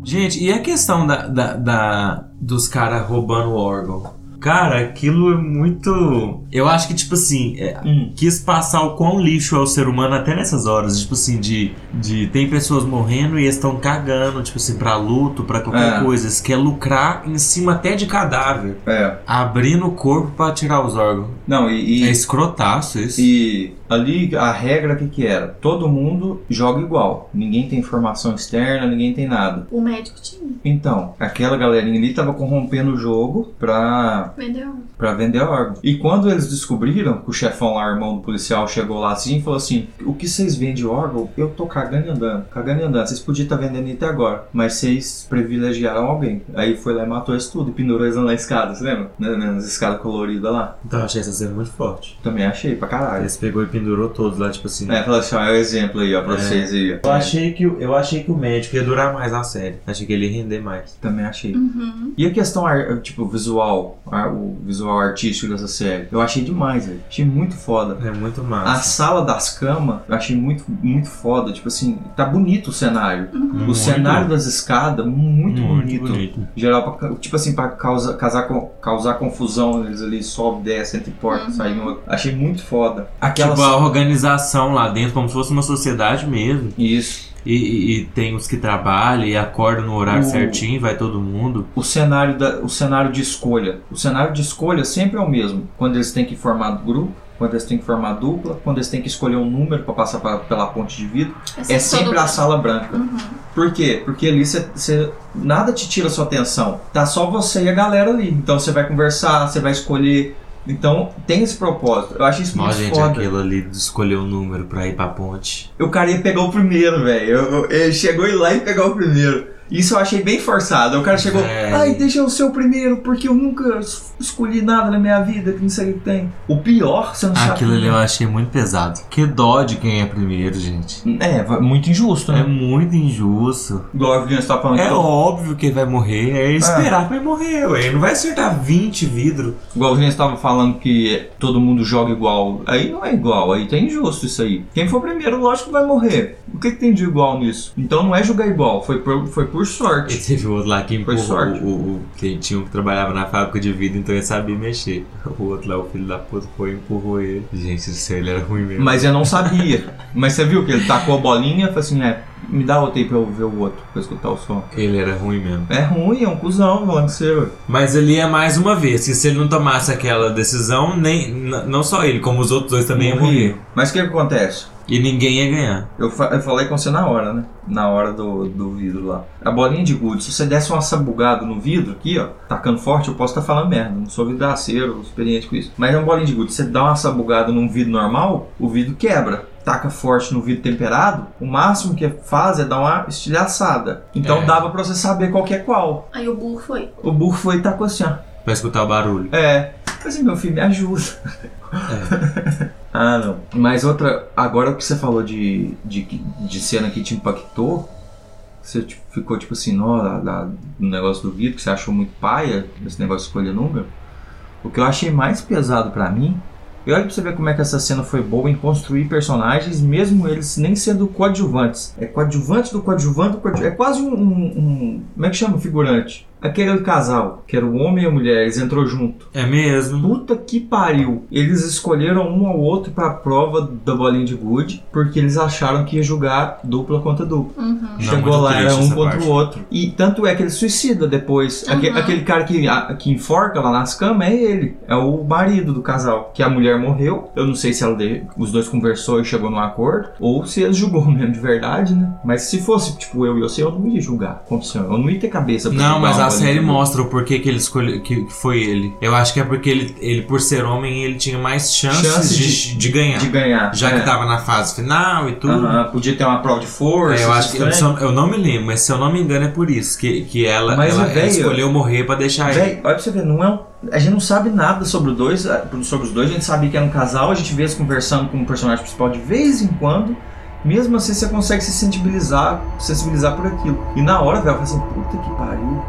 Gente, e a questão da, da- da- dos caras roubando o órgão? Cara, aquilo é muito. Eu acho que, tipo assim, é,
Hum.
quis passar o quão lixo é o ser humano até nessas horas. Tipo assim, de. de tem pessoas morrendo e eles estão cagando, tipo assim, pra luto, pra qualquer
É.
coisa. Eles querem lucrar em cima até de cadáver,
É.
abrindo o corpo pra tirar os órgãos.
Não, e.
É
e...
escrotaço isso.
e ali a regra que que era? Todo mundo joga igual. Ninguém tem informação externa, ninguém tem nada.
O médico tinha,
Então, aquela galerinha ali tava corrompendo o jogo pra
entendeu?
Pra vender órgão. E quando eles descobriram que o chefão lá, irmão do policial, chegou lá assim e falou assim: O que vocês vendem órgão? Eu tô cagando e andando, cagando e andando. Vocês podiam estar vendendo até agora, mas vocês privilegiaram alguém. Aí foi lá e matou eles tudo e pendurou eles lá na escada, você lembra? Na- na- Nas escadas coloridas lá.
Então, eu achei essa cena muito forte.
Também achei pra caralho.
Eles pegou e pendurou todos lá, tipo assim.
É, falou assim: Ó, é o exemplo aí, ó, pra
É.
vocês aí.
Eu
ó.
achei, que, eu achei que o médico ia durar mais a série. Achei que ele ia render mais.
É, Também achei.
Uhum.
E a questão, ar- tipo, visual, ar- o visual artístico dessa série, eu achei demais, velho. Achei muito foda.
É muito
A
massa.
sala das camas eu achei muito, muito foda. Tipo assim, tá bonito o cenário. O
Muito,
cenário das escadas, muito, bonito.
bonito.
Geral, pra ca- tipo assim, pra causa, causar, co- causar confusão, eles ali sobe, desce, entre porta,
Uhum.
sai em outra. Achei muito foda. Aquelas.
Tipo, a organização lá dentro, como se fosse uma sociedade mesmo.
Isso.
E, e- e tem os que trabalham e acordam no horário
O-
certinho, vai todo mundo.
O cenário, da, o cenário de escolha. O cenário de escolha sempre é o mesmo. Quando eles têm que formar grupo, quando eles têm que formar dupla, quando eles têm que escolher um número pra passar pra- pela ponte de vidro. É sempre a sala branca.
Uhum.
Por quê? Porque ali você- você nada te tira sua atenção. Tá só você e a galera ali. Então você vai conversar, você vai escolher. Então tem esse propósito. Eu acho isso muito
Nossa, gente,
foda.
aquilo ali de escolher o número pra ir pra ponte.
O cara ia pegar o primeiro, velho. Eu- eu- Ele chegou e lá e pegar o primeiro. Isso eu achei bem forçado. O cara chegou,
Véi.
ai, deixa eu ser o primeiro, porque eu nunca es- escolhi nada na minha vida, que não sei o que tem. O pior, você não sabe.
Aquilo ali eu achei muito pesado. Que dó de quem é primeiro, gente.
É, va- muito injusto, né?
É muito injusto.
Igual a Vivian tá falando.
É
que-
óbvio que ele vai morrer, é esperar que vai morrer, ué. Ele não vai acertar 20 vidro.
Igual a gente estava falando que todo mundo joga igual. Aí não é igual, aí tá injusto isso aí. Quem for primeiro, lógico que vai morrer. O que, que tem de igual nisso? Então não é jogar igual, foi por, foi por
E
sorte.
teve outro lá que
Foi
empurrou
sorte.
o, o, o- que tinha um que trabalhava na fábrica de vidro, então ele sabia mexer. O outro lá, o filho da puta, foi e empurrou ele. Gente, do céu, ele era ruim mesmo.
Mas eu não sabia. Mas você viu que ele tacou a bolinha e falou assim: é, me dá outra aí pra eu ver o outro, pra eu escutar o som.
Ele era ruim mesmo.
É ruim, é um cuzão falando que você.
Mas ele é mais uma vez, que se ele não tomasse aquela decisão, nem n- não só ele, como os outros dois também ia morrer.
Mas o que, que acontece?
E ninguém ia ganhar.
Eu, fa- eu falei com você na hora, né? Na hora do, do vidro lá. A bolinha de gude, se você desse uma sabugada no vidro aqui, ó, tacando forte, eu posso estar falando merda. Não sou vidraceiro, experiente com isso. Mas é uma bolinha de gude. Se você dá uma sabugada num vidro normal, o vidro quebra. Taca forte no vidro temperado, o máximo que faz é dar uma estilhaçada. Então
É.
dava pra você saber qual que é qual.
Aí o burro foi.
O burro foi e tacou assim, ó.
Pra escutar o barulho.
É. Falei assim, meu filho, me ajuda. ah, não. Mas outra. Agora que você falou de, de, de cena que te impactou, você tipo, ficou tipo assim, ó, da- da- do negócio do vídeo, que você achou muito paia, esse negócio de escolher número. O que eu achei mais pesado pra mim. E olha pra você ver como é que essa cena foi boa em construir personagens, mesmo eles nem sendo coadjuvantes. É coadjuvante do coadjuvante do coadjuvante. É quase um. um- um- como é que chama? Figurante. Aquele casal, que era o homem e a mulher, eles entrou junto.
É mesmo?
Puta que pariu. Eles escolheram um ao outro pra prova da bolinha de gude, porque eles acharam que ia jogar dupla contra dupla.
Uhum.
Não,
Chegou
muito
lá, era
triste
um
essa
contra
parte.
o outro. E tanto é que ele suicida depois. Aque-
Uhum.
Aquele, cara que, a- que enforca lá nas camas é ele. É o marido do casal. Que a mulher morreu. Eu não sei se ela de- os dois conversou e chegou num acordo. Ou se ele julgou mesmo de verdade, né? Mas se fosse, tipo, eu e você, eu não ia julgar. Como assim? Eu não ia ter cabeça pra
Não,
julgar
mas
uma coisa
a série
que-
mostra o porquê que ele escolheu que que foi ele. Eu acho que é porque ele, ele por ser homem, ele tinha mais chances
Chance
de, de ganhar.
De ganhar.
já
é.
que tava na fase final e tudo.
Aham, podia ter uma prova de força.
É, eu acho que eu,
estranho.
só- eu não me lembro, mas se eu não me engano é por isso que, que ela,
Mas
ela,
o
ela
velho-
escolheu morrer pra deixar ele.
Véi, olha pra você ver, não é um- a gente não sabe nada sobre, os dois, ah, sobre os dois, a gente sabia que era um casal, a gente vê eles conversando com o personagem principal de vez em quando, mesmo assim você consegue se sensibilizar, sensibilizar por aquilo. E na hora, velho, eu falei assim, puta que pariu.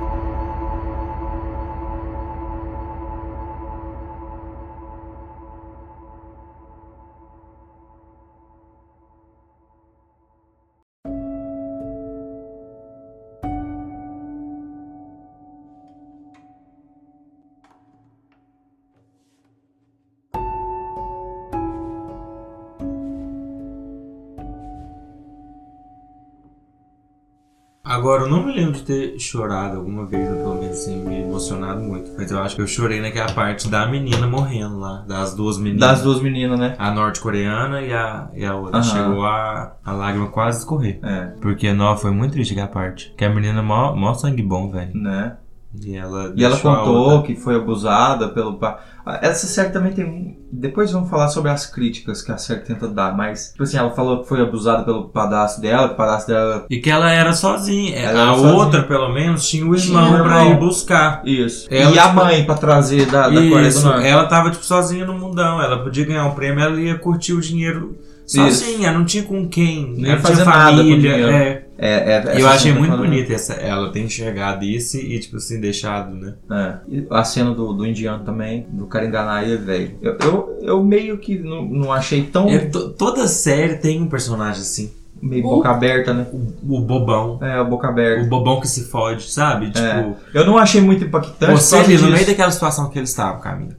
Agora, eu não me lembro de ter chorado alguma vez, ou pelo menos assim, me emocionado muito. Mas eu acho que eu chorei naquela parte da menina morrendo lá, das duas meninas.
Das duas meninas, né?
A norte-coreana e a, e a outra.
Aham.
Chegou a, a lágrima quase escorrer.
É,
Porque, não, foi muito triste aquela parte. Porque a menina é mó, mó sangue bom, velho.
né?
E ela
E ela
deixou a
contou
outra.
que foi abusada pelo pai. Ah, Essa série também tem. um- Depois vamos falar sobre as críticas que a série tenta dar, mas, tipo assim, ela falou que foi abusada pelo padrasto dela, que o padrasto dela.
E que ela era sozinha.
Ela
a
era sozinha.
outra, pelo menos, tinha o
Tinha
irmão
um
pra
irmão.
ir buscar.
Isso.
Ela,
e a
tipo,
mãe pra trazer da, da Coreia do
Isso,
Norte.
ela tava tipo sozinha no mundão, ela podia ganhar um prêmio, ela ia curtir o dinheiro sozinha, não tinha com quem,
Não ia
ela
fazer
tinha
nada com o
família.
dinheiro.
é.
É, é,
E eu
essa
achei
cena
muito
falando.
bonita essa, ela ter enxergado isso e tipo assim deixado, né?
É. E A cena do, do indiano também, do cara enganar ele, velho. Eu, eu, eu meio que não, não achei tão
É, to- toda série tem um personagem assim,
meio boca aberta, né?
o, o bobão,
É, a boca
o
aberta.
bobão que se fode, sabe? Tipo,
Eu não achei muito impactante.
você
por
ali
causa
no meio
disso.
daquela situação que ele estava, Camila.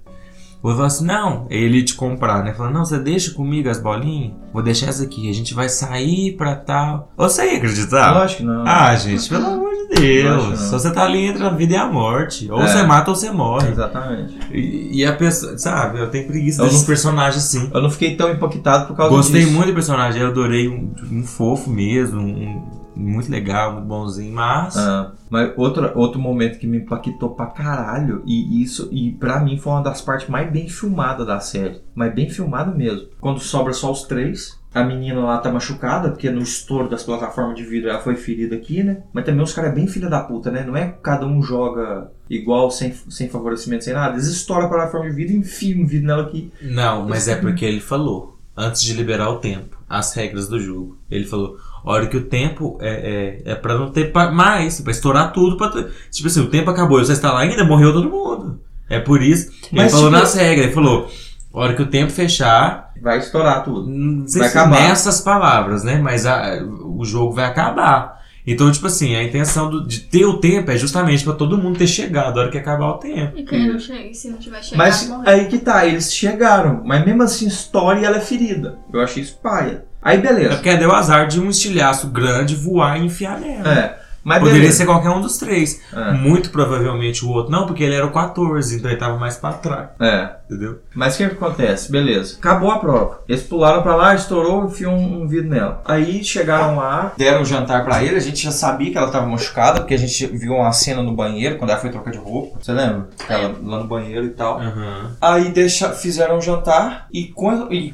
Você falou assim, não, ele ia te comprar, né? Falando, não, você deixa comigo as bolinhas, vou deixar essa aqui, a gente vai sair pra tal. Você ia acreditar?
Lógico que não.
Ah, gente, pelo amor de
Não
Deus.
acho, não.
Se você tá ali entre a vida e a morte. Ou
É.
você mata ou você morre.
Exatamente.
E, e a pessoa, sabe, eu tenho preguiça
Eu
desses
não-
personagens sim.
Eu não fiquei tão impactado por causa
assim. Gostei
disso.
muito do personagem, eu adorei um, um fofo mesmo, um, um muito legal, muito bonzinho, mas.
Ah, mas outro, outro momento que me impactou pra caralho, e isso, e pra mim foi uma das partes mais bem filmadas da série. Mas bem filmada mesmo. Quando sobra só os três, a menina lá tá machucada, porque no estouro das plataformas de vidro ela foi ferida aqui, né? Mas também os caras é bem filha da puta, né? Não é que cada um joga igual, sem, sem favorecimento, sem nada. Eles estouram a plataforma de vidro e enfiam um vidro nela aqui.
Não, mas é porque ele falou, antes de liberar o tempo, as regras do jogo. Ele falou, olha que o tempo é, é, é pra não ter pa- mais, pra estourar tudo. Pra ter- tipo assim, o tempo acabou, você está lá ainda, morreu todo mundo. É por isso. ele
Mas,
falou
tipo-
nas regras, ele falou, hora que o tempo fechar,
Vai estourar tudo.
não sei
Vai
se
acabar.
nessas palavras, né? Mas a- o jogo vai acabar. Então, tipo assim, a intenção do- de ter o tempo é justamente pra todo mundo ter chegado a hora que acabar o tempo.
E quem não chega, se não tiver chegado,
Mas
morre.
aí que tá, eles chegaram. Mas mesmo assim, estoura e ela é ferida. Eu achei isso paia. Aí
É
beleza.
porque deu azar de um estilhaço grande voar e enfiar nela.
É. Mas
Poderia
beleza.
ser qualquer um dos três.
É.
Muito provavelmente o outro não, porque ele era o 14, então ele tava mais pra trás,
É.
entendeu?
Mas o que que acontece? Beleza. Acabou a prova. Eles pularam pra lá, estourou, enfiou um, um vidro nela. Aí chegaram lá, deram o jantar pra ele. A gente já sabia que ela tava machucada, porque a gente viu uma cena no banheiro, quando ela foi trocar de roupa. Você lembra? Ela lá no banheiro e tal.
É. Aham.
Aí deixa, fizeram o jantar e, co- e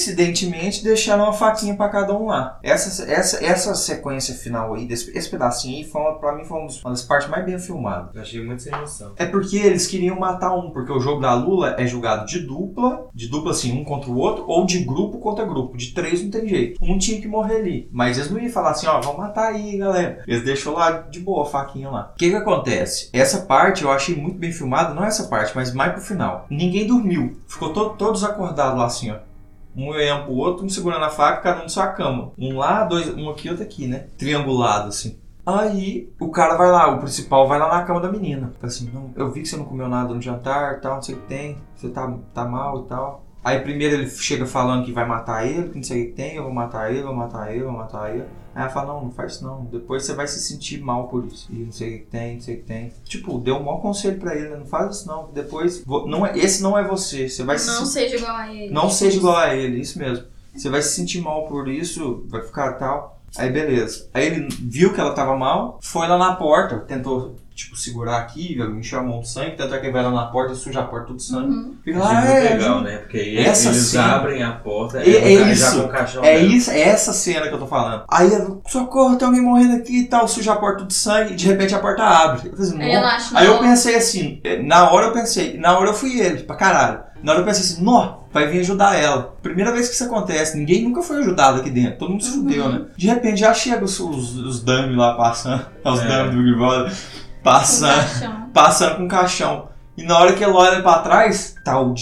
coincidentemente deixaram uma faquinha pra cada um lá. Essa, essa, essa sequência final aí, desse, esse pedacinho aí, foi uma, pra mim foi uma das- uma das partes mais bem filmadas.
Eu achei muito sem noção.
É porque eles queriam matar um, porque o jogo da Lula é julgado de dupla, de dupla assim, um contra o outro, ou de grupo contra grupo. De três não tem jeito. Um tinha que morrer ali. Mas eles não iam falar assim, ó, vamos matar aí, galera. Eles deixou lá de boa a faquinha lá. O que que acontece? Essa parte eu achei muito bem filmada, não essa parte, mas mais pro final. Ninguém dormiu. Ficou to- todos acordados lá assim, ó. Um olhando pro outro, um segurando a faca, cada um na sua cama. Um lá, dois, um aqui, outro aqui, né? Triangulado, assim. Aí o cara vai lá, o principal vai lá na cama da menina. Fala assim, não, eu vi que você não comeu nada no jantar, tal, não sei o que tem, você tá, tá mal e tal. Aí primeiro ele chega falando que vai matar ele, que não sei o que tem, eu vou matar ele, vou matar ele, vou matar ele. Aí ela fala, não, não faz isso não, depois você vai se sentir mal por isso. E não sei o que tem, não sei o que tem. Tipo, deu um mau conselho pra ele, né? não faz isso não, depois, vo- não é, esse não é você, você vai se
Não
sentir
seja igual a ele.
não seja igual a ele, isso mesmo. Você vai se sentir mal por isso, vai ficar tal. Aí beleza. Aí ele viu que ela tava mal, foi lá na porta, tentou, tipo, segurar aqui, me chamou de sangue, tanto é que ele vai lá na porta e suja a porta tudo de sangue.
Uhum.
Fica
Achei
lá,
muito
é,
legal, né? Porque aí
Essa
eles
cena-
abrem a porta
É-
e
é
já
isso.
com o caixão.
É,
dela.
isso, é essa cena que eu tô falando. Aí ela, socorro, tem alguém morrendo aqui e tal, suja a porta tudo de sangue, e de repente a porta abre. Eu falei assim,
Aí
"Não,
ela acha
Aí eu
não,
pensei assim, eh, na hora eu pensei, na hora eu fui ele, pra caralho. Na hora eu pensei assim, nó, vai vir ajudar ela. Primeira vez que isso acontece, ninguém nunca foi ajudado aqui dentro, todo mundo se fudeu, né? De repente já chega os, os, os dummy lá passando, os
É.
dummy do Big Brother,
com
passando,
paixão.
passando com o caixão. E na hora que ele olha pra trás, tá o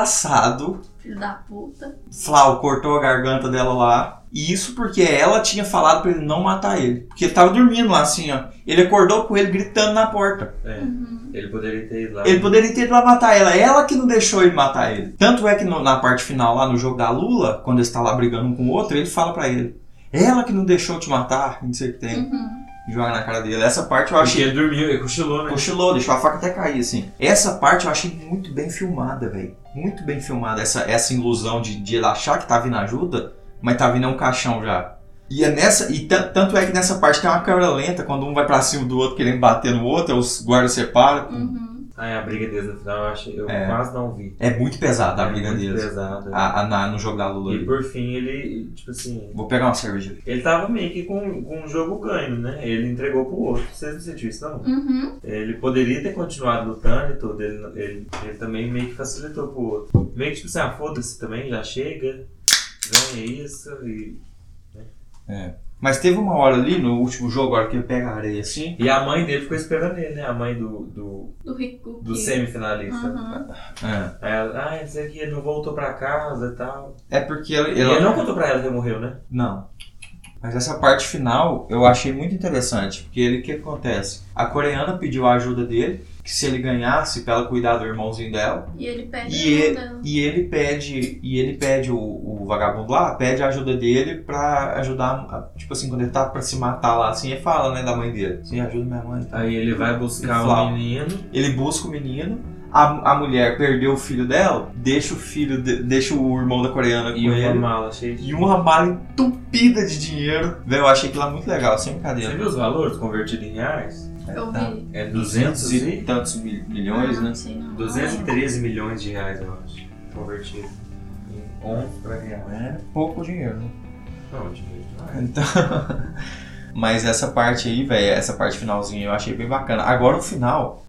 desgraçado
Filho da puta.
Flau cortou a garganta dela lá. E isso porque ela tinha falado pra ele não matar ele. Porque ele tava dormindo lá assim, ó. Ele acordou com ele gritando na porta.
É.
Uhum.
Ele poderia ter ido lá.
Ele poderia ter ido lá matar ela. Ela que não deixou ele matar ele. Tanto é que no- na parte final, lá no jogo da Lula, quando eles estão lá brigando um com o outro, ele fala pra ele. Ela que não deixou te matar, não sei o que tem.
Uhum.
Joga na cara dele. Essa parte eu
Porque
achei.
ele dormiu, ele cochilou, né?
Cochilou, deixou a faca até cair, assim. Essa parte eu achei muito bem filmada, velho. Muito bem filmada. Essa, essa ilusão de, de ele achar que tá vindo ajuda, mas tá vindo é um caixão já. E é nessa. E tan- tanto é que nessa parte tem uma câmera lenta, quando um vai pra cima do outro querendo bater no outro, aí os guardas separam.
Uhum.
Aí a briga deles no final eu, achei, eu
É.
quase não vi.
É muito pesada a
É
briga
muito
deles.
pesada.
A- a- na- no jogo da Lula.
E
ali.
por fim ele, tipo assim,
Vou pegar uma cerveja ali.
ele tava meio que com, com um jogo ganho, né? Ele entregou pro outro. Vocês não sentiram isso, não?
Uhum.
É, Ele poderia ter continuado lutando e tudo. Ele, ele, ele também meio que facilitou pro outro. Meio que tipo assim, ah, foda-se também, já chega, ganha isso e.
Mas teve uma hora ali, no último jogo, a hora que ele pega a areia assim.
E a mãe dele ficou esperando ele, né? A mãe do, do,
Do Rico.
do
que-
semifinalista.
Uhum.
É,
Aí ela, ah, isso aqui, ele não voltou pra casa e tal.
é porque ele,
E
ele-
ele não contou pra ela que ele morreu, né?
Não. Mas essa parte final eu achei muito interessante, porque ele o que acontece? A coreana pediu a ajuda dele, que se ele ganhasse pra ela cuidar do irmãozinho dela,
E ele pede
E ele-
ajuda.
e ele pede, e ele pede o, o vagabundo lá, pede a ajuda dele pra ajudar, tipo assim, quando ele tá pra se matar lá, assim, ele fala, né, da mãe dele, assim, ajuda minha mãe. tá?
Aí ele vai buscar
Flau.
o menino.
Ele busca o menino, a, a mulher perdeu o filho dela, deixa o filho, de- deixa o irmão da coreana com
E uma
ele.
mala cheia de.
E um uma mala entupida de dinheiro. Velho, eu achei aquilo lá muito legal, sem brincadeira.
Você viu os valores convertidos em reais?
Eu
tá.
vi.
É
200
200
e
e...
tantos mil- milhões,
Ah,
né?
Não sei não.
213 milhões de reais, eu acho. Convertido em 11 pra reais.
É pouco dinheiro, né?
Não, dinheiro demais.
Então. Mas essa parte aí, velho, essa parte finalzinha eu achei bem bacana. Agora o final.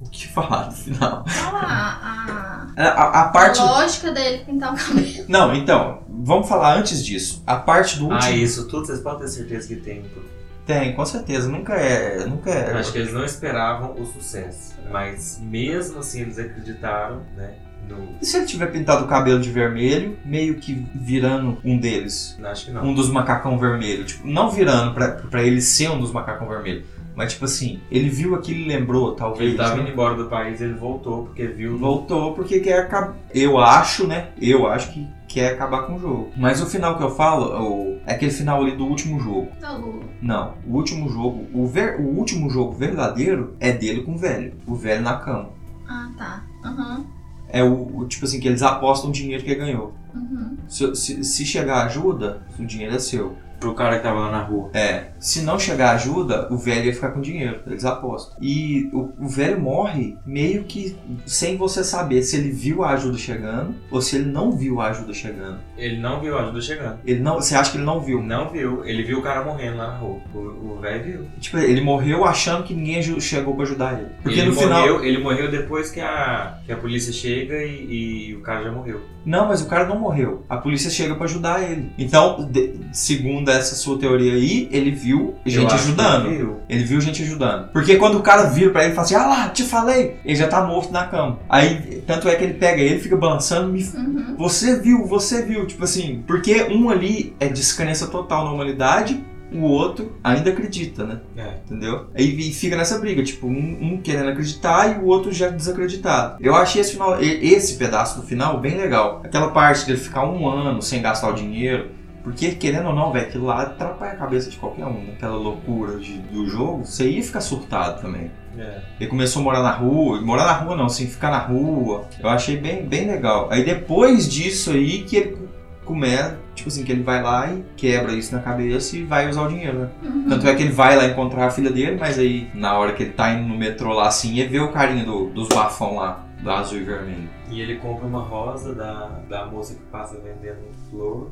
O que falar do final?
Então, a, a-
A, a- a
a
parte.
lógica dele pintar o cabelo.
Não, então, vamos falar antes disso. A parte do último.
Ah, isso tudo vocês podem ter certeza que tem. porque
Tem, com certeza. Nunca é. Nunca é.
Acho que eles não esperavam o sucesso. Mas mesmo assim eles acreditaram, né? No...
E se ele tiver pintado o cabelo de vermelho, meio que virando um deles?
Não, Acho que não.
um dos macacão vermelho. Tipo, não virando pra, pra ele ser um dos macacão vermelho. Mas tipo assim, ele viu aquilo e lembrou, talvez.
Ele tava
né?
indo embora do país, ele voltou porque viu.
Voltou porque quer acabar. Eu acho, né? Eu acho que quer acabar com o jogo. Mas o final que eu falo, o- é aquele final ali do último jogo.
da lua.
Não, o último jogo, o, ver- o último jogo verdadeiro é dele com o velho. O velho na cama.
Ah, tá. Aham.
É o, o tipo assim, que eles apostam o dinheiro que ele ganhou.
Uhum.
Se, se, se chegar ajuda, o dinheiro é seu.
Pro cara que tava lá na rua.
É, se não chegar ajuda, o velho ia ficar com dinheiro, eles apostam. E o, o velho morre meio que sem você saber se ele viu a ajuda chegando ou se ele não viu a ajuda chegando.
Ele não viu a ajuda chegando.
Ele não, você acha que ele não viu? né?
Não viu. Ele viu o cara morrendo lá na rua. O o velho viu.
Tipo, ele morreu achando que ninguém aju- chegou pra ajudar ele. Porque
ele
no
morreu,
final,
Ele morreu depois que a, que a polícia chega e, e o cara já morreu.
não, mas o cara não morreu. A polícia chega pra ajudar ele. Então, de- segundo dessa sua teoria aí, ele viu gente ajudando.
Eu.
Ele viu gente ajudando. Porque quando o cara vira pra ele e fala assim, ah lá, te falei, ele já tá morto na cama. Aí, tanto é que ele pega ele, fica balançando, me
Uhum.
você viu, você viu, tipo assim, porque um ali é descrença total na humanidade, o outro ainda acredita, né?
É.
Entendeu? E, e fica nessa briga, tipo, um, um querendo acreditar e o outro já desacreditado. Eu achei esse final, e- esse pedaço do final bem legal. Aquela parte dele ficar um ano sem gastar o dinheiro. Porque, querendo ou não, velho, aquilo lá atrapalha a cabeça de qualquer um. né? Aquela loucura de- do jogo, você ia ficar surtado também.
É.
Ele começou a morar na rua, morar na rua não, assim, ficar na rua. Eu achei bem, bem legal. Aí depois disso aí que ele começa, tipo assim, que ele vai lá e quebra isso na cabeça e vai usar o dinheiro, né?
Uhum.
Tanto é que ele vai lá encontrar a filha dele, mas aí na hora que ele tá indo no metrô lá assim, ele vê o carinha do, dos bafão lá, do azul e vermelho.
E ele compra uma rosa da, da moça que passa vendendo flor.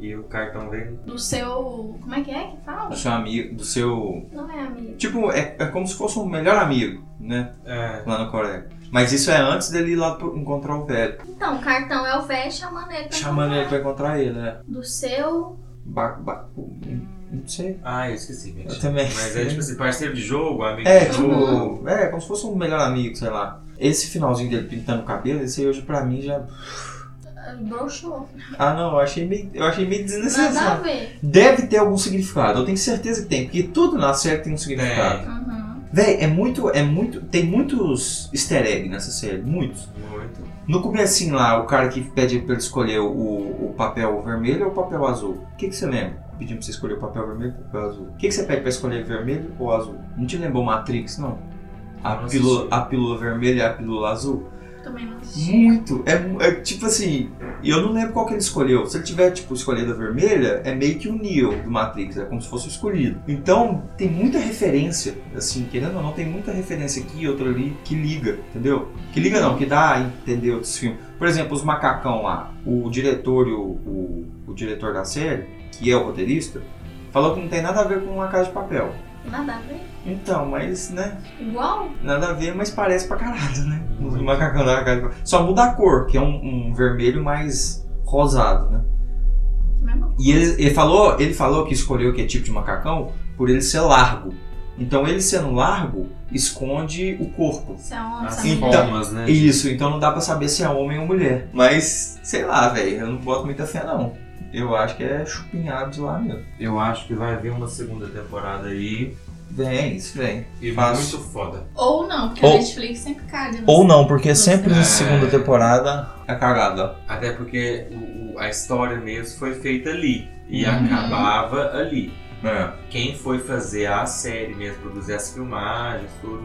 E o cartão vem.
é?
Do seu. Como é que é que fala?
Do seu amigo, do seu.
Não é amigo.
Tipo, é, é como se fosse um melhor amigo, né?
É.
Lá na Coreia. Mas isso é antes dele ir lá pro- encontrar o velho.
Então, o cartão é o velho chamando ele pra
Chamando ele
comprar.
pra encontrar ele, né?
Do seu.
Ba ba hum, não sei.
Ah, eu esqueci,
Eu
mentira.
também.
Mas é tipo assim, parceiro de jogo, amigo
É,
de jogo.
tipo, é, como se fosse um melhor amigo, sei lá. Esse finalzinho dele pintando o cabelo, esse aí hoje pra mim já.
ah, Broxou.
Ah não, eu achei meio, eu achei meio
é Nada a
desnecessário.
ver.
Deve ter algum significado, eu tenho certeza que tem, porque tudo na série tem um
né?
significado.
Uhum.
Véi, é muito, é muito. Tem muitos easter egg nessa série, muitos.
Muito.
No comecinho lá, o cara que pede pra ele escolher o, o papel vermelho ou o papel azul. O que, que você lembra? Pedindo pra você escolher o papel vermelho ou o papel azul. O que, que você pede pra escolher vermelho ou azul? Não te lembrou Matrix, não? A,
Não
pílula,
assisti.
a pílula vermelha e a pílula azul?
Também não assisti.
Muito! É, mu- é tipo assim, e eu não lembro qual que ele escolheu. Se ele tiver, tipo, escolhido a vermelha, é meio que o Neo do Matrix, é como se fosse o escolhido. Então, tem muita referência, assim, querendo ou não, tem muita referência aqui, outra ali, que liga, entendeu? Que liga não, que dá a entender outros filmes. Por exemplo, os macacão lá, o diretor e o, o, o diretor da série, que é o roteirista, falou que não tem nada a ver com uma casa de papel.
Nada a ver.
Então, mas, né,
Igual?
Nada a ver, mas parece pra caralho, né? Os
Muito.
macacão da cara. Só muda a cor, que é um, um vermelho mais rosado, né?
Mesmo.
E ele, ele falou, ele falou que escolheu que tipo de macacão por ele ser largo. Então ele sendo largo esconde o corpo.
Isso é uma.
As
essa mulher.
então-
formas, né?
Isso, então não dá pra saber se é homem ou mulher. Mas, sei lá, velho, eu não boto muita fé não. Eu acho que é chupinhado de lá mesmo.
Eu acho que vai vir uma segunda temporada aí.
Vem, isso vem.
E
Fácil.
muito foda.
Ou não, porque
Ou-
a Netflix sempre caga. né?
não, porque
sempre
na
na segunda
temporada é cagada.
Até porque o- o- a história mesmo foi feita ali. E
Uhum.
acabava ali.
É.
Quem foi fazer a série mesmo, produzir as filmagens, tudo,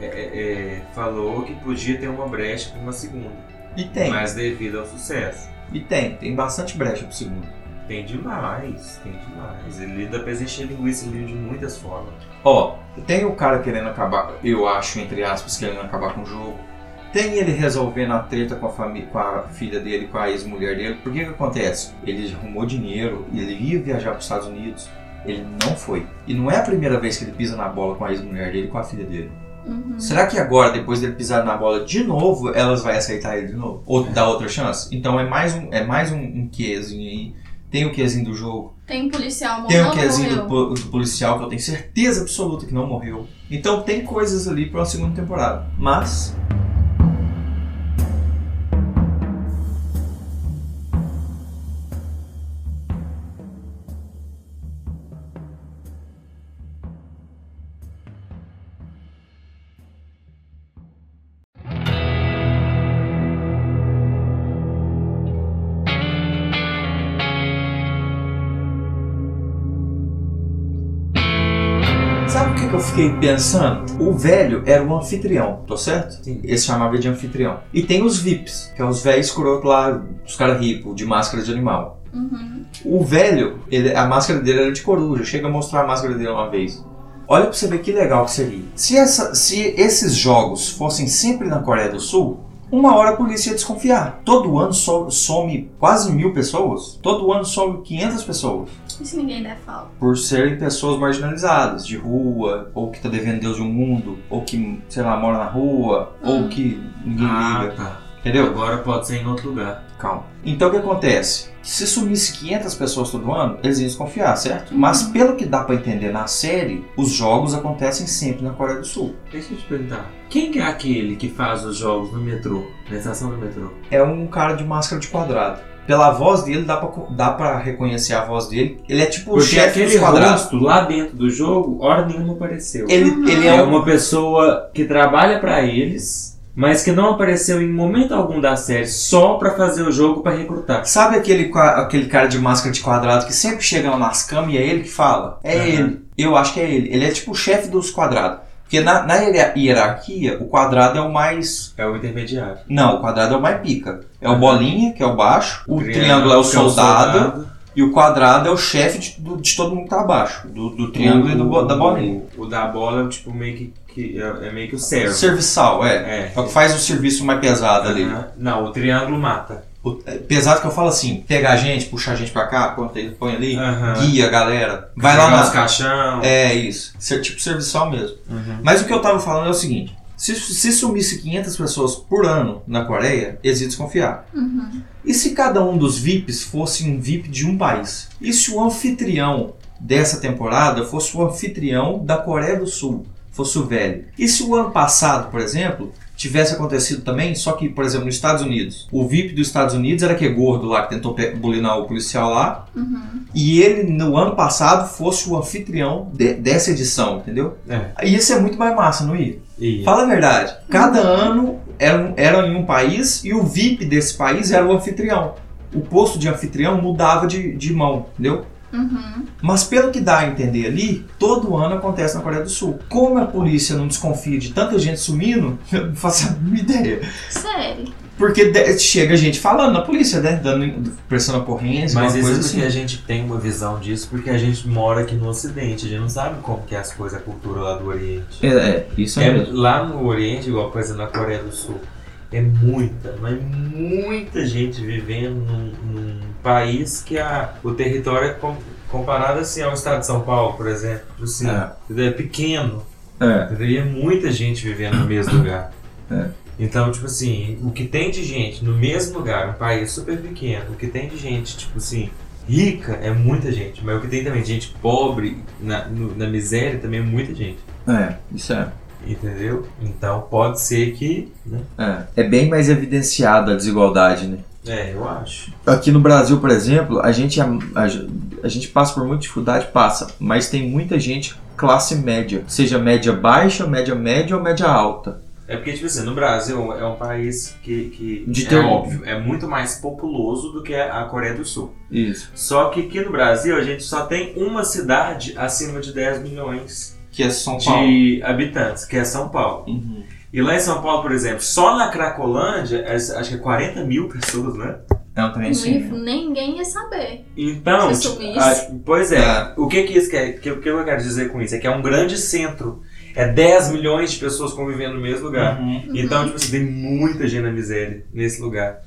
é, é, é, falou que podia ter uma brecha pra uma segunda.
E tem.
Mas devido ao sucesso.
E tem, tem bastante brecha pro segundo.
Tem demais, tem demais. Ele dá pra encher linguiça ele de muitas formas.
Ó, tem o cara querendo acabar, eu acho, entre aspas, querendo acabar com o jogo. Tem ele resolvendo a treta com a, fami- com a filha dele, com a ex-mulher dele. Por que que acontece? Ele arrumou dinheiro, ele ia viajar para os Estados Unidos, ele não foi. E não é a primeira vez que ele pisa na bola com a ex-mulher dele e com a filha dele.
Uhum.
Será que agora, depois dele pisar na bola de novo, elas vão aceitar ele de novo? Ou dar outra chance? Então é mais um, é mais um, um quezinho aí. Tem o quezinho do jogo.
Tem um policial morreu.
Tem o
ou
quezinho do,
morreu?
po- do policial que eu tenho certeza absoluta que não morreu. Então tem coisas ali pra uma segunda temporada. Mas. Sabe o que, que eu fiquei pensando? O velho era o anfitrião, tô certo?
Sim.
Esse chamava de anfitrião. E tem os VIPs, que é os velhos escroto lá, os caras ricos, de máscara de animal.
Uhum.
O velho, ele- a máscara dele era de coruja. Chega a mostrar a máscara dele uma vez. Olha pra você ver que legal que seria. Se, essa- se esses jogos fossem sempre na Coreia do Sul, uma hora a polícia ia desconfiar. Todo ano so- some quase mil pessoas. Todo ano some 500 pessoas.
E se ninguém der falta?
Por serem pessoas marginalizadas, de rua, ou que tá devendo Deus do mundo, ou que, sei lá, mora na rua, ou
Hum.
que ninguém liga.
Ah.
tá.
Entendeu?
Agora pode ser em outro lugar.
Calma. Então o que acontece? Se sumisse 500 pessoas todo ano, eles iam desconfiar, certo? Mas pelo que dá pra entender na série, os jogos acontecem sempre na Coreia do Sul.
Deixa eu te perguntar. Quem que é aquele que faz os jogos no metrô? Na estação do metrô?
É um cara de máscara de quadrado. Pela voz dele, dá pra, co- dá pra reconhecer a voz dele. Ele é tipo o
Porque
chefe dos
aquele
quadrados.
rosto lá dentro do jogo, hora nenhuma apareceu.
Ele, ele
É
é um...
uma pessoa que trabalha pra eles, mas que não apareceu em momento algum da série, só pra fazer o jogo pra recrutar.
Sabe aquele, qua- aquele cara de máscara de quadrado que sempre chega lá nas camas e é ele que fala? É
Aham.
ele. Eu acho que é ele. Ele é tipo o chefe dos quadrados. Porque na, na hierar- hierarquia, o quadrado é o mais
É o intermediário.
Não, o quadrado é o mais pica. É o bolinha, que é o baixo, o triângulo, é o
que
soldado, e o quadrado é o chefe de, do- de todo mundo que tá abaixo, do, do triângulo e do, bo- da bolinha.
O da bola é tipo meio que, que é, é meio que o servo.
Serviçal, é.
É.
É o que faz o serviço mais pesado ali.
Aham. Não, o triângulo mata.
O- é pesado que eu falo assim, pega a gente, puxa a gente pra cá, põe, ali, põe ali,
Aham.
guia a galera. Vai lá
Jogar os
na...
caixão. Uhum.
É isso. Ser, tipo serviçal mesmo. Mas o que eu tava falando é o seguinte. Se, se sumisse 500 pessoas por ano na Coreia, eles iam desconfiar.
Uhum.
E se cada um dos VIPs fosse um VIP de um país? E se o anfitrião dessa temporada fosse o anfitrião da Coreia do Sul? Fosse o velho. E se o ano passado, por exemplo, tivesse acontecido também, só que, por exemplo, nos Estados Unidos? O VIP dos Estados Unidos era que é gordo lá, que tentou pe- bulinar o policial lá.
Uhum.
E ele, no ano passado, fosse o anfitrião de- dessa edição, entendeu?
É.
Ia ser muito mais massa, não ia?
E-
Fala a verdade. Cada ano eram, eram em um país e o VIP desse país era o anfitrião. O posto de anfitrião mudava de, de mão, entendeu?
Uhum.
Mas pelo que dá a entender ali, todo ano acontece na Coreia do Sul. Como a polícia não desconfia de tanta gente sumindo, eu não faço a mínima ideia.
Sério.
Porque de- chega gente falando na polícia, né? Dando pressão na corrente,
Mas
alguma
isso é
coisa assim.
porque a gente tem uma visão disso, porque a gente mora aqui no Ocidente, a gente não sabe como que é as coisas, a cultura lá do Oriente.
É, é, isso
É,
é mesmo.
lá no Oriente, igual por exemplo na Coreia do Sul, é muita, mas muita gente vivendo num, num país que a, o território é com- comparado assim ao estado de São Paulo, por exemplo. Assim,
É.
é pequeno.
É.
Teria muita gente vivendo no mesmo lugar.
É.
Então, tipo assim, o que tem de gente no mesmo lugar, um país super pequeno, o que tem de gente, tipo assim, rica é muita gente, mas o que tem também de gente pobre, na, no- na miséria, também é muita gente.
É, isso é.
Entendeu? Então pode ser que. Né?
É, é bem mais evidenciada a desigualdade, né?
É, eu acho.
Aqui no Brasil, por exemplo, a gente, é- a, ge- a gente passa por muita dificuldade, passa, mas tem muita gente classe média, seja média baixa, média média ou média alta.
É porque, tipo assim, no Brasil é um país que, que
De
é
ter-
óbvio, é muito mais populoso do que a Coreia do Sul.
Isso.
Só que aqui no Brasil a gente só tem uma cidade acima de 10 milhões.
Que é São
de habitantes, que é São Paulo. E lá em São Paulo, por exemplo, só na Cracolândia, é- acho que é 40 mil pessoas, né?
Não, também
Não ia- Um Ninguém ia saber.
Então,
Se
tipo,
sumisse.
a- pois é,
É.
o que que isso quer, que, o que eu quero dizer com isso? É que é um grande centro, é 10 milhões de pessoas convivendo no mesmo lugar.
É.
Então, tipo, assim, tem muita gente na miséria nesse lugar.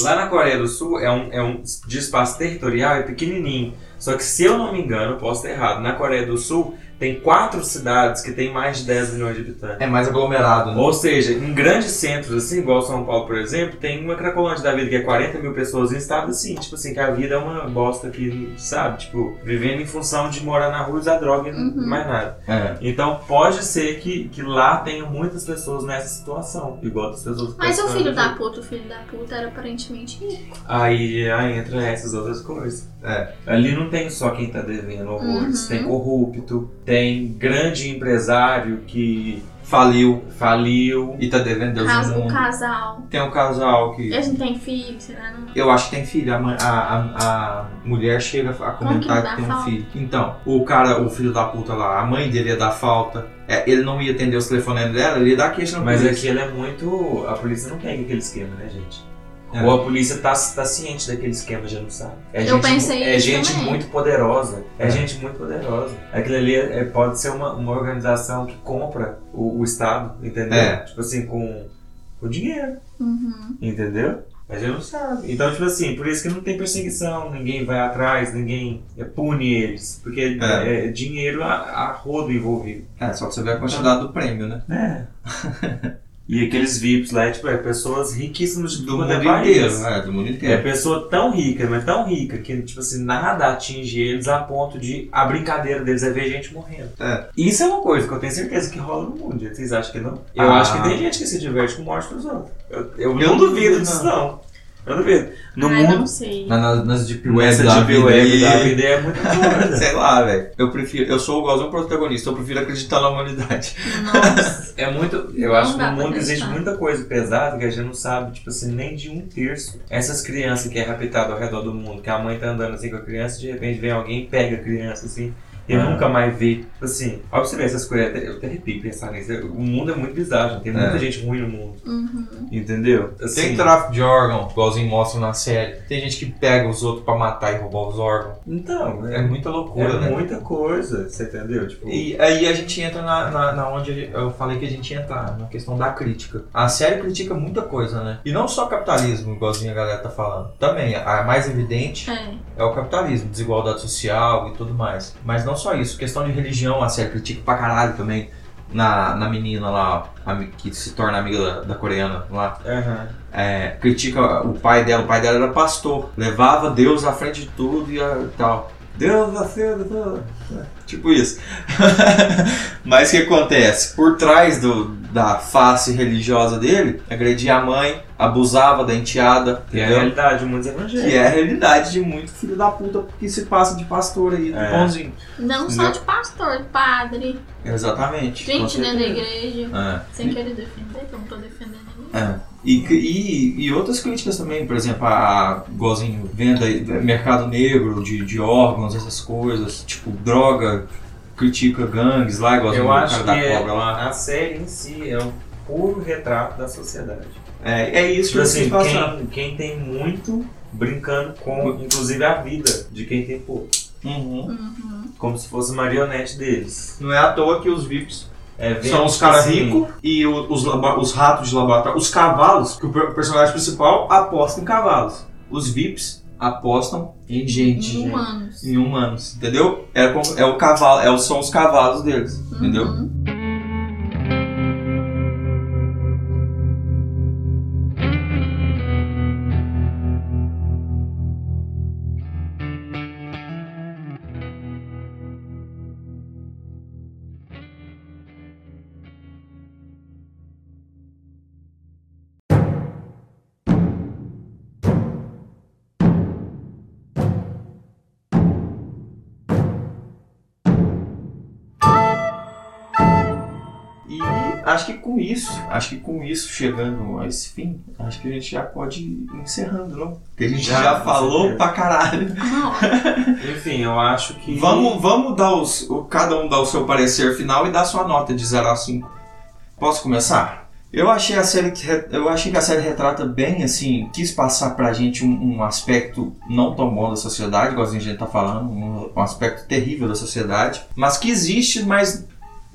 Lá na Coreia do Sul, é um, é um de espaço territorial, é pequenininho. Só que, se eu não me engano, eu posso estar errado, na Coreia do Sul tem quatro cidades que tem mais de 10 milhões de habitantes.
É mais aglomerado, né?
Ou seja, em grandes centros, assim, igual São Paulo, por exemplo, tem uma Cracolândia da vida que é 40 mil pessoas em estado, assim, tipo assim, que a vida é uma bosta que, sabe? Tipo, vivendo em função de morar na rua, usar droga e
Uhum.
mais nada.
É.
Então pode ser que, que lá tenha muitas pessoas nessa situação, igual das pessoas que
Mas o
estão
né?
filho tá?
aqui.
da puta, o filho da puta era aparentemente rico.
Aí, aí entra essas outras coisas.
É.
Ali não tem só quem tá devendo horrores,
Uhum.
tem corrupto, tem grande empresário que
Faliu
faliu.
e tá devendo Deus
Casa
no
um
mundo.
casal.
Tem um casal que...
Eles não têm filho, será? Não?
Eu acho que tem filho. A, mãe- a- a- a mulher chega a comentar
que
que,
dá
tem um
falta?
filho. Então, o cara, o filho da puta lá, a mãe dele ia dar falta. É, ele não ia atender os telefones dela, ele ia dar queixa no
Mas
polícia.
aqui ele é muito. A polícia não pega aquele esquema, né, gente?
É.
Ou a polícia tá, tá ciente daquele esquema de anunciar. É
Eu
gente,
pensei
É
isso
gente
também.
muito poderosa. É,
É.
gente muito poderosa. Aquilo ali é- é- pode ser uma, uma organização que compra o, o Estado, entendeu?
É.
Tipo assim, com o dinheiro,
Uhum.
entendeu? Mas ele não sabe. Então, tipo assim, por isso que não tem perseguição, ninguém vai atrás, ninguém é, pune eles. Porque é,
É.
dinheiro a, a rodo envolvido.
É, só que você vê a quantidade do prêmio, né?
É. E aqueles VIPs lá, é, tipo, é pessoas riquíssimas de
Do
todo
mundo
o país.
inteiro, é, do mundo
É
inteiro.
pessoa tão rica, mas tão rica, que tipo assim, nada atinge eles a ponto de a brincadeira deles é ver gente morrendo.
É.
Isso é uma coisa que eu tenho certeza que rola no mundo. Vocês acham que não? Eu
Ah.
acho que tem gente que se diverte com morte dos outros. Eu, eu não,
Eu não
duvido
duvido,
disso, não. Eu duvido. No
Ai, Ah, não
mundo,
sei.
Na- na- nas Deep
essa
Web da
deep
vida
web da
aí.
vida é muito coisa.
Sei lá, velho. Eu prefiro. Eu sou igualzinho o protagonista, eu prefiro acreditar na humanidade.
Nossa.
É muito. Eu
Não
acho que
dá
no
pra
mundo existe
acreditar.
muita coisa pesada que a gente não sabe, tipo assim, nem de um terço. Essas crianças que é raptada ao redor do mundo, que a mãe tá andando assim com a criança, de repente vem alguém e pega a criança assim. E
Ah.
nunca mais vê. Tipo Assim, ó, pra você ver essas coisas, até- eu até arrepio pensar nisso. O mundo é muito bizarro, tem muita
É.
gente ruim no mundo. Assim,
Uhum.
Entendeu?
Tem tráfico de órgão, igualzinho mostram na série. Tem gente que pega os outros pra matar e roubar os órgãos.
Então,
É
é,
muita
é
loucura, né?
muita coisa, você entendeu? Tipo,
E aí a gente entra na, na, na onde eu falei que a gente ia entrar, na questão da crítica. A série critica muita coisa, né? E não só capitalismo, igualzinho a galera tá falando. Também, a mais evidente
É.
é o capitalismo, desigualdade social e tudo mais. Mas não só isso, questão de religião, a série critica pra caralho também. Na, na menina lá, ó, ami- que se torna amiga da, da coreana lá,
aham.
é, critica o pai dela. O pai dela era pastor, levava Deus à frente de tudo e ah, tal. Deus acima Tipo isso. Mas o que acontece? Por trás do, da face religiosa dele, agredia a mãe, abusava da enteada,
E é a
entendeu?
realidade, muitos evangélicos.
Que é a realidade de muito filho da puta que se passa de pastor aí, de
É.
bonzinho.
Não só de pastor, de padre,
Exatamente. com
gente né, dentro da
certeza.
igreja.
É.
Sem querer defender, que eu não tô defendendo ninguém.
É. E, e, e outras críticas também, por exemplo, a igualzinho venda, é, mercado negro de, de órgãos, essas coisas, tipo droga, critica gangues lá, igualzinho
Eu
o cara
acho que
da
é-
cobra lá.
a série em si é um puro retrato da sociedade.
É, é isso que
Tipo assim,
vocês passaram.
quem, quem tem muito brincando com,
Hum.
inclusive, a vida de quem tem pouco.
Uhum.
Uhum.
Como se fosse marionete deles.
Não é à toa que os VIPs
É vendo,
são os
tipo
caras
assim,
ricos e o- os, laba- os ratos de laboratório, os cavalos, que o per- personagem principal aposta em cavalos. Os VIPs apostam em gente. gente.
Hum.
Humanos.
em humanos, entendeu? É, como- é o cavalo, é, o- são os cavalos deles, entendeu?
Uhum.
E acho que com isso, acho que com isso chegando a esse fim, acho que a gente já pode ir encerrando, não? Porque a gente já,
Já, com
falou
certeza.
pra caralho.
Uma hora.
Enfim, eu acho que.
Vamos, vamos dar os, o- cada um dar o seu parecer final e dar sua nota de 0 a 5. Posso começar? Eu achei a série que re- eu achei que a série retrata bem assim, quis passar pra gente um, um aspecto não tão bom da sociedade, igual a gente tá falando, um, um aspecto terrível da sociedade, mas que existe, mas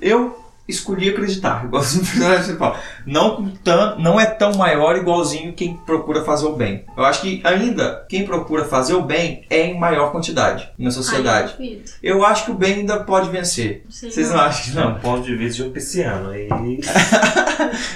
eu escolhi acreditar, igualzinho o personagem principal. Não, com tan- não é tão maior igualzinho quem procura fazer o bem. Eu acho que ainda quem procura fazer o bem é em maior quantidade na sociedade.
Ai, duvido.
Eu acho que o bem ainda pode vencer.
Não sei
Vocês
não.
não acham,
É
não?
um ponto de vista de um pisciano. Aí.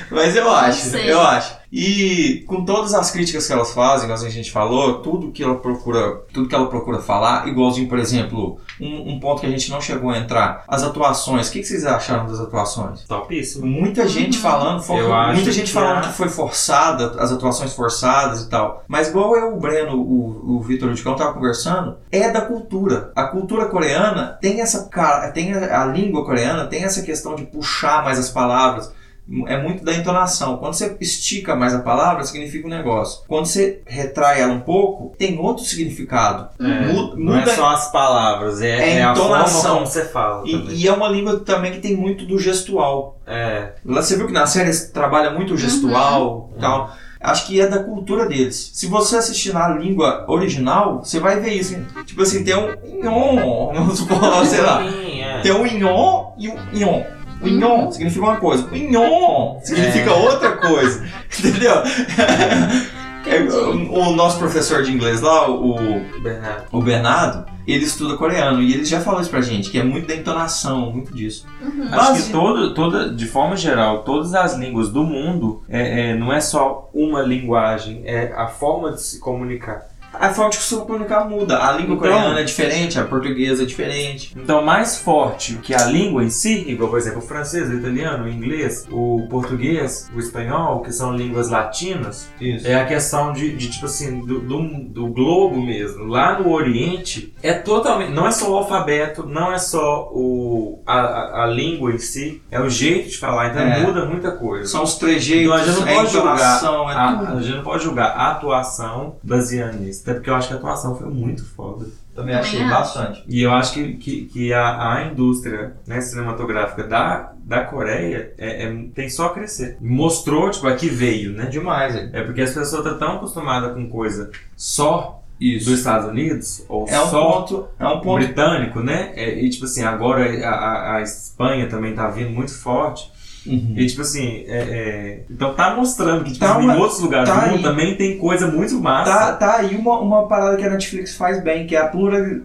Mas eu acho,
sei.
eu acho. E com todas as críticas que elas fazem, igualzinho a gente falou, tudo que ela procura, tudo que ela procura falar, igualzinho, por exemplo, um, um ponto que a gente não chegou a entrar, as atuações. O que, que vocês acharam das atuações?
Topíssimo.
Muita gente
Uhum.
falando, fo-
Eu acho
muita gente
que é.
falando
a-
que foi forçada, as atuações forçadas e tal. Mas igual eu, o Breno, o, o Vitor Ludicão tava conversando, é da cultura. A cultura coreana tem essa cara, tem a, a língua coreana tem essa questão de puxar mais as palavras. É muito da entonação. Quando você estica mais a palavra, significa um negócio. Quando você retrai ela um pouco, tem outro significado.
Uhum.
Mu-
não é
muda-
só as palavras, é,
É
é, a forma
entonação.
como você fala. também.
E, e é uma língua também que tem muito do gestual.
É.
Lá você viu que na série eles trabalham muito o gestual e tal. Acho que é da cultura deles. Se você assistir na língua original, você vai ver isso. hein? Tipo assim, tem um nhon, vamos supor, sei lá.
Sim, é.
Tem um nhon e um nhon. O nhon significa uma coisa, o nhon significa outra coisa. Entendeu? É,
Entendi.
o o nosso professor de inglês lá, o,
Bernardo.
o Bernardo, ele estuda coreano. E ele já falou isso pra gente, que é muito da entonação, muito disso.
Uhum.
Acho
Mas-
que todo, toda, de forma geral, todas as línguas do mundo é, é, não é só uma linguagem, é a forma de se comunicar.
A forma de se comunicar muda. A língua
Então-
coreana é diferente, a portuguesa é diferente.
Então, mais forte que a língua em si, igual por exemplo o francês, o italiano, o inglês, o português, o espanhol, que são línguas latinas,
Isso.
É a questão de, de, tipo assim, do, do, do globo mesmo. Lá no Oriente, é totalmente. Não é só o alfabeto, não é só o, a, a, a língua em si, é o jeito de falar, então
É.
muda muita coisa.
São os trejeitos,
Então, a gente não
é
pode julgar.
entonação, é
A,
tudo.
a gente não pode julgar a atuação baseando nisso, até porque eu acho que a atuação foi muito foda.
Também
achei Também acho.
bastante.
E eu acho que, que, que a, a indústria né, cinematográfica da, da Coreia é, é- tem só a crescer. Mostrou, tipo, a que veio, né?
Demais, é.
É porque as pessoas estão tão acostumadas com coisa só
Isso.
dos Estados Unidos, ou
É um
só
ponto, é um ponto
britânico, né? É, e tipo assim, agora a, a- a Espanha também tá vindo muito forte.
Uhum.
E tipo assim, é- é, então tá mostrando que tipo,
Tá
assim,
uma-
em outros lugares
tá
do mundo
aí.
também tem coisa muito
Tá,
massa.
tá aí uma, uma parada que a Netflix faz bem, que é a plura-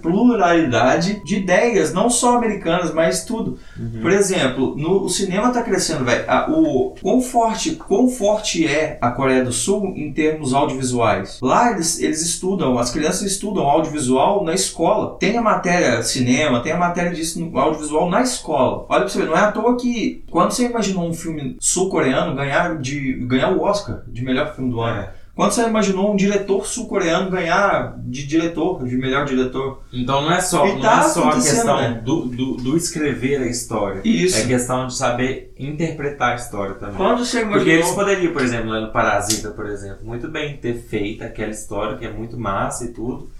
plura- pluralidade de ideias, não só americanas, mas tudo.
Uhum.
Por exemplo, no, o cinema tá crescendo, velho. A- O quão forte, quão forte é a Coreia do Sul em termos audiovisuais? Lá eles, eles estudam, as crianças estudam audiovisual na escola. Tem a matéria cinema, tem a matéria disso no audiovisual na escola. Olha pra você ver, não é à toa que quando você imaginou um filme sul-coreano ganhar, de, ganhar o Oscar de melhor filme do ano.
É.
Quando você imaginou um diretor sul-coreano ganhar de diretor, de melhor diretor?
Então não é só,
E
não
tá
é só a
acontecendo,
questão
né?
do, do, do escrever a história.
E isso.
É questão de saber interpretar a história também.
Quando você
Porque eles
imaginou.
poderiam, por exemplo, lá no Parasita, por exemplo, muito bem ter feito aquela história que é muito massa e tudo,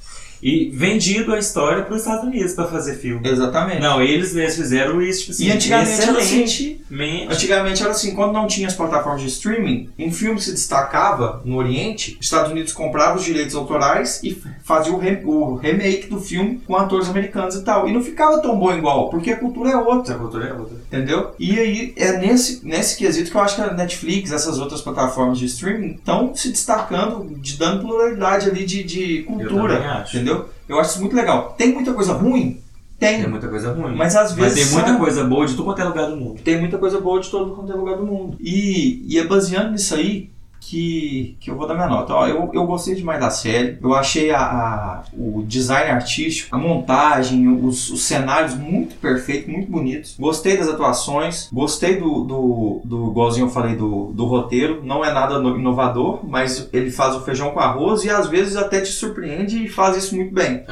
e vendido a história para os Estados Unidos para fazer filme.
Exatamente.
Não, eles mesmos fizeram isso, tipo assim,
É. E antigamente era
excelentemente.
Antigamente era assim, quando não tinha as plataformas de streaming, um filme se destacava no Oriente, os Estados Unidos comprava os direitos autorais e fazia o, re- o remake do filme com atores americanos e tal. E não ficava tão bom igual, porque a cultura é outra.
Essa cultura é outra.
Entendeu? E aí é nesse, nesse quesito que eu acho que a Netflix, essas outras plataformas de streaming, estão se destacando, de dando pluralidade ali de, de
Eu
cultura.
também acho.
Entendeu? Eu acho isso muito legal. Tem muita coisa ruim? Tem.
Tem muita coisa ruim.
Mas às
Mas
vezes.
tem muita
sabe?
coisa boa de tudo quanto é lugar do mundo.
tem muita coisa boa de todo quanto é lugar do mundo. E, e é baseando nisso aí que, que eu vou dar minha nota. Ó, eu, eu gostei demais da série. Eu achei a, a- o design artístico, a montagem, os, os cenários muito perfeitos, muito bonitos. Gostei das atuações, gostei do, do, do igualzinho eu falei do, do roteiro. Não é nada no- inovador, mas ele faz o feijão com arroz e às vezes até te surpreende e faz isso muito bem.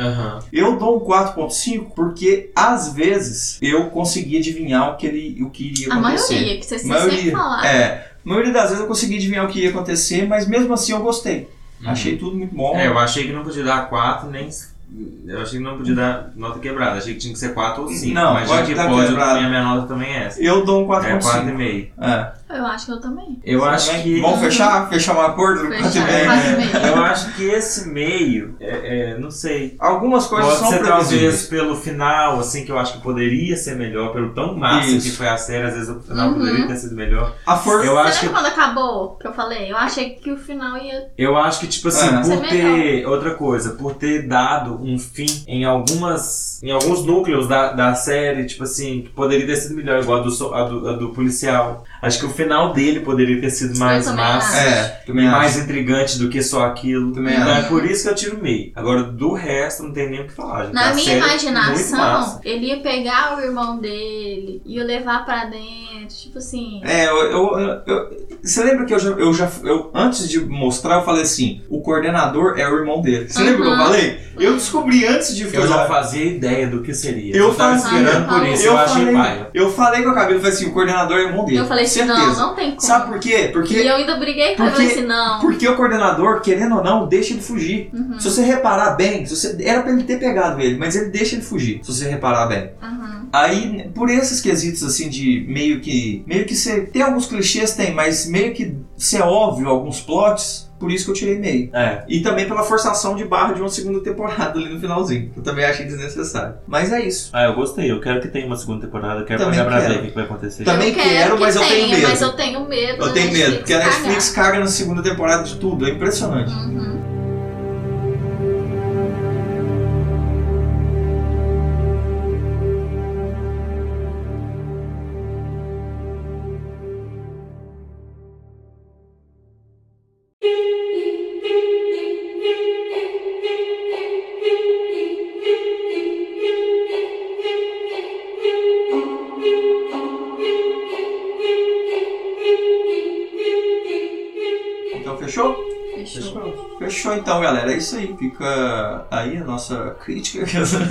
Eu dou um 4.5 porque às vezes eu consegui adivinhar o que ele o que iria
A
acontecer.
maioria, né? que vocês sempre
assim. Maioria.
falar.
É, a maioria das vezes eu consegui adivinhar o que ia acontecer, mas mesmo assim eu gostei. Achei tudo muito bom.
Uhum. É, eu achei que não podia dar 4, nem. Eu achei que não podia dar nota quebrada. Achei que tinha que ser 4 ou 5.
Não,
mas
pode
que
dar
pode,
quebrada.
minha, minha nota também é essa.
Eu dou um
É
4.5.
4,5.
É.
Eu acho que eu também.
Eu acho
Vai-
que. é,
Vamos fechar? Fechar um acordo no
Fechar,
4,5.
quase meio.
Eu acho que esse meio, é, é, não sei.
Algumas coisas
Pode
são
ser
previsíveis.
talvez pelo final, assim, que eu acho que poderia ser melhor, pelo tão massa
Isso.
que foi a série, às vezes o final
Uhum.
poderia ter sido melhor.
A força
Eu
Você
acho
lembra
que,
quando acabou que eu falei? Eu achei que o final ia.
eu acho que tipo assim,
Ah.
por
Ser
ter outra coisa, por ter dado um fim em algumas, em alguns núcleos da, da série, tipo assim, que poderia ter sido melhor, igual a do, so- a do, a do policial. Acho que o final dele poderia ter sido mais
também
massa.
acho.
É, também acho.
mais intrigante do que só aquilo.
Também
então
acho.
é por isso que eu tiro meio. Agora, do resto, não tem nem o que falar.
Tá
gente.
Na
A
minha
série é muito massa.
imaginação, ele ia pegar o irmão dele e o levar pra dentro. Tipo assim.
É, eu, eu- eu- eu- você lembra que eu já, eu já eu, antes de mostrar eu falei assim, o coordenador é o irmão dele. Você lembra que eu
Aham.
falei? Eu descobri antes de
Eu não
fazer-
fazia ideia do que seria.
Eu
tava
fazia.
esperando por isso, eu, achei
falei,
paia.
eu falei com a Camila, falei assim, o coordenador é o irmão dele.
Eu falei assim,
certeza.
não, não tem como.
Sabe por quê?
E
Porque,
eu ainda briguei com ele. Eu falei
Porque-
assim, não.
porque o coordenador, querendo ou não, deixa ele fugir.
Uhum,
Se você reparar bem, se você, era pra ele ter pegado ele, mas ele deixa ele fugir, se você reparar bem.
uhum.
Aí, por esses quesitos, assim, de meio que... Meio que você... Tem alguns clichês, tem, mas meio que ser óbvio alguns plots, por isso que eu tirei meio.
É.
E também pela forçação de barra de uma segunda temporada ali no finalzinho. que Eu também achei desnecessário. Mas é isso.
Ah, eu gostei. Eu quero que tenha uma segunda temporada. Eu quero
Também
pagar pra
quero.
ver o que vai acontecer.
Também
eu
quero,
que
mas eu
tenha,
tenho medo.
Mas eu tenho medo.
Eu
da
tenho medo, porque a
cagar.
Netflix caga na segunda temporada de tudo. É impressionante.
Uhum. Fechou.
Então, Fechou então, galera. É isso aí. Fica aí a nossa crítica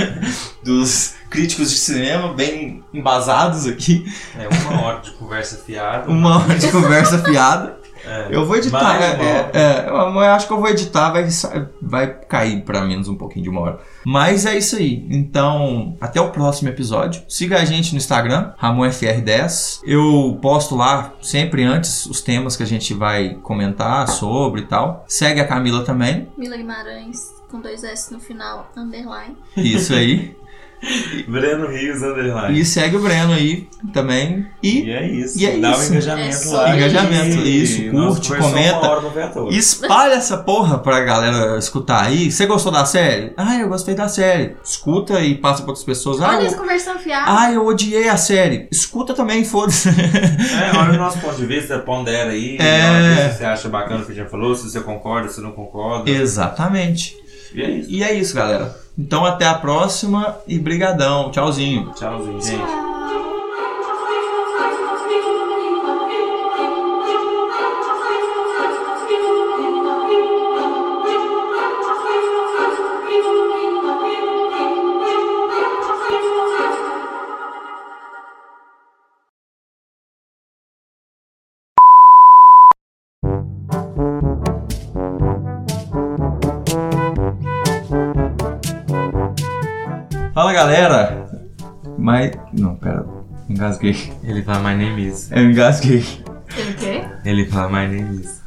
dos críticos de cinema bem embasados aqui.
É uma hora de conversa fiada.
Uma hora de conversa fiada.
É.
Eu vou editar.
Mais
né?
uma hora.
É, é, eu acho que eu vou editar, vai, sa- vai cair pra menos um pouquinho de uma hora. Mas é isso aí. Então, até o próximo episódio. Siga a gente no Instagram, RamonFR10. Eu posto lá sempre antes os temas que a gente vai comentar sobre e tal. Segue a Camila também.
Mila Guimarães, com dois S no final, underline.
Isso aí.
Breno Rios Underline.
e segue o Breno aí também.
E
E
é isso.
E é
Dá o
isso.
engajamento
É só
lá.
engajamento,
E-
isso.
e nós
Curte,
conversamos uma
comenta.
hora no Vetor.
espalha essa porra pra galera escutar aí. Você gostou da série? Ah, eu gostei da série. Escuta e passa pra outras pessoas. Ah,
Olha
eu,
essa conversa fiada.
ah, eu odiei a série. Escuta também, foda-se.
É, olha o nosso ponto de vista, pondera aí.
É.
olha o que você acha bacana o que a gente falou, se você concorda, se não concorda.
Exatamente.
E é isso.
E é isso, galera. Então até a próxima e brigadão. Tchauzinho.
Tchauzinho, gente.
Fala, galera. Mas. Não, pera. Engasguei.
Ele fala my name is.
Eu engasguei.
Tem o quê?
Ele fala my name is.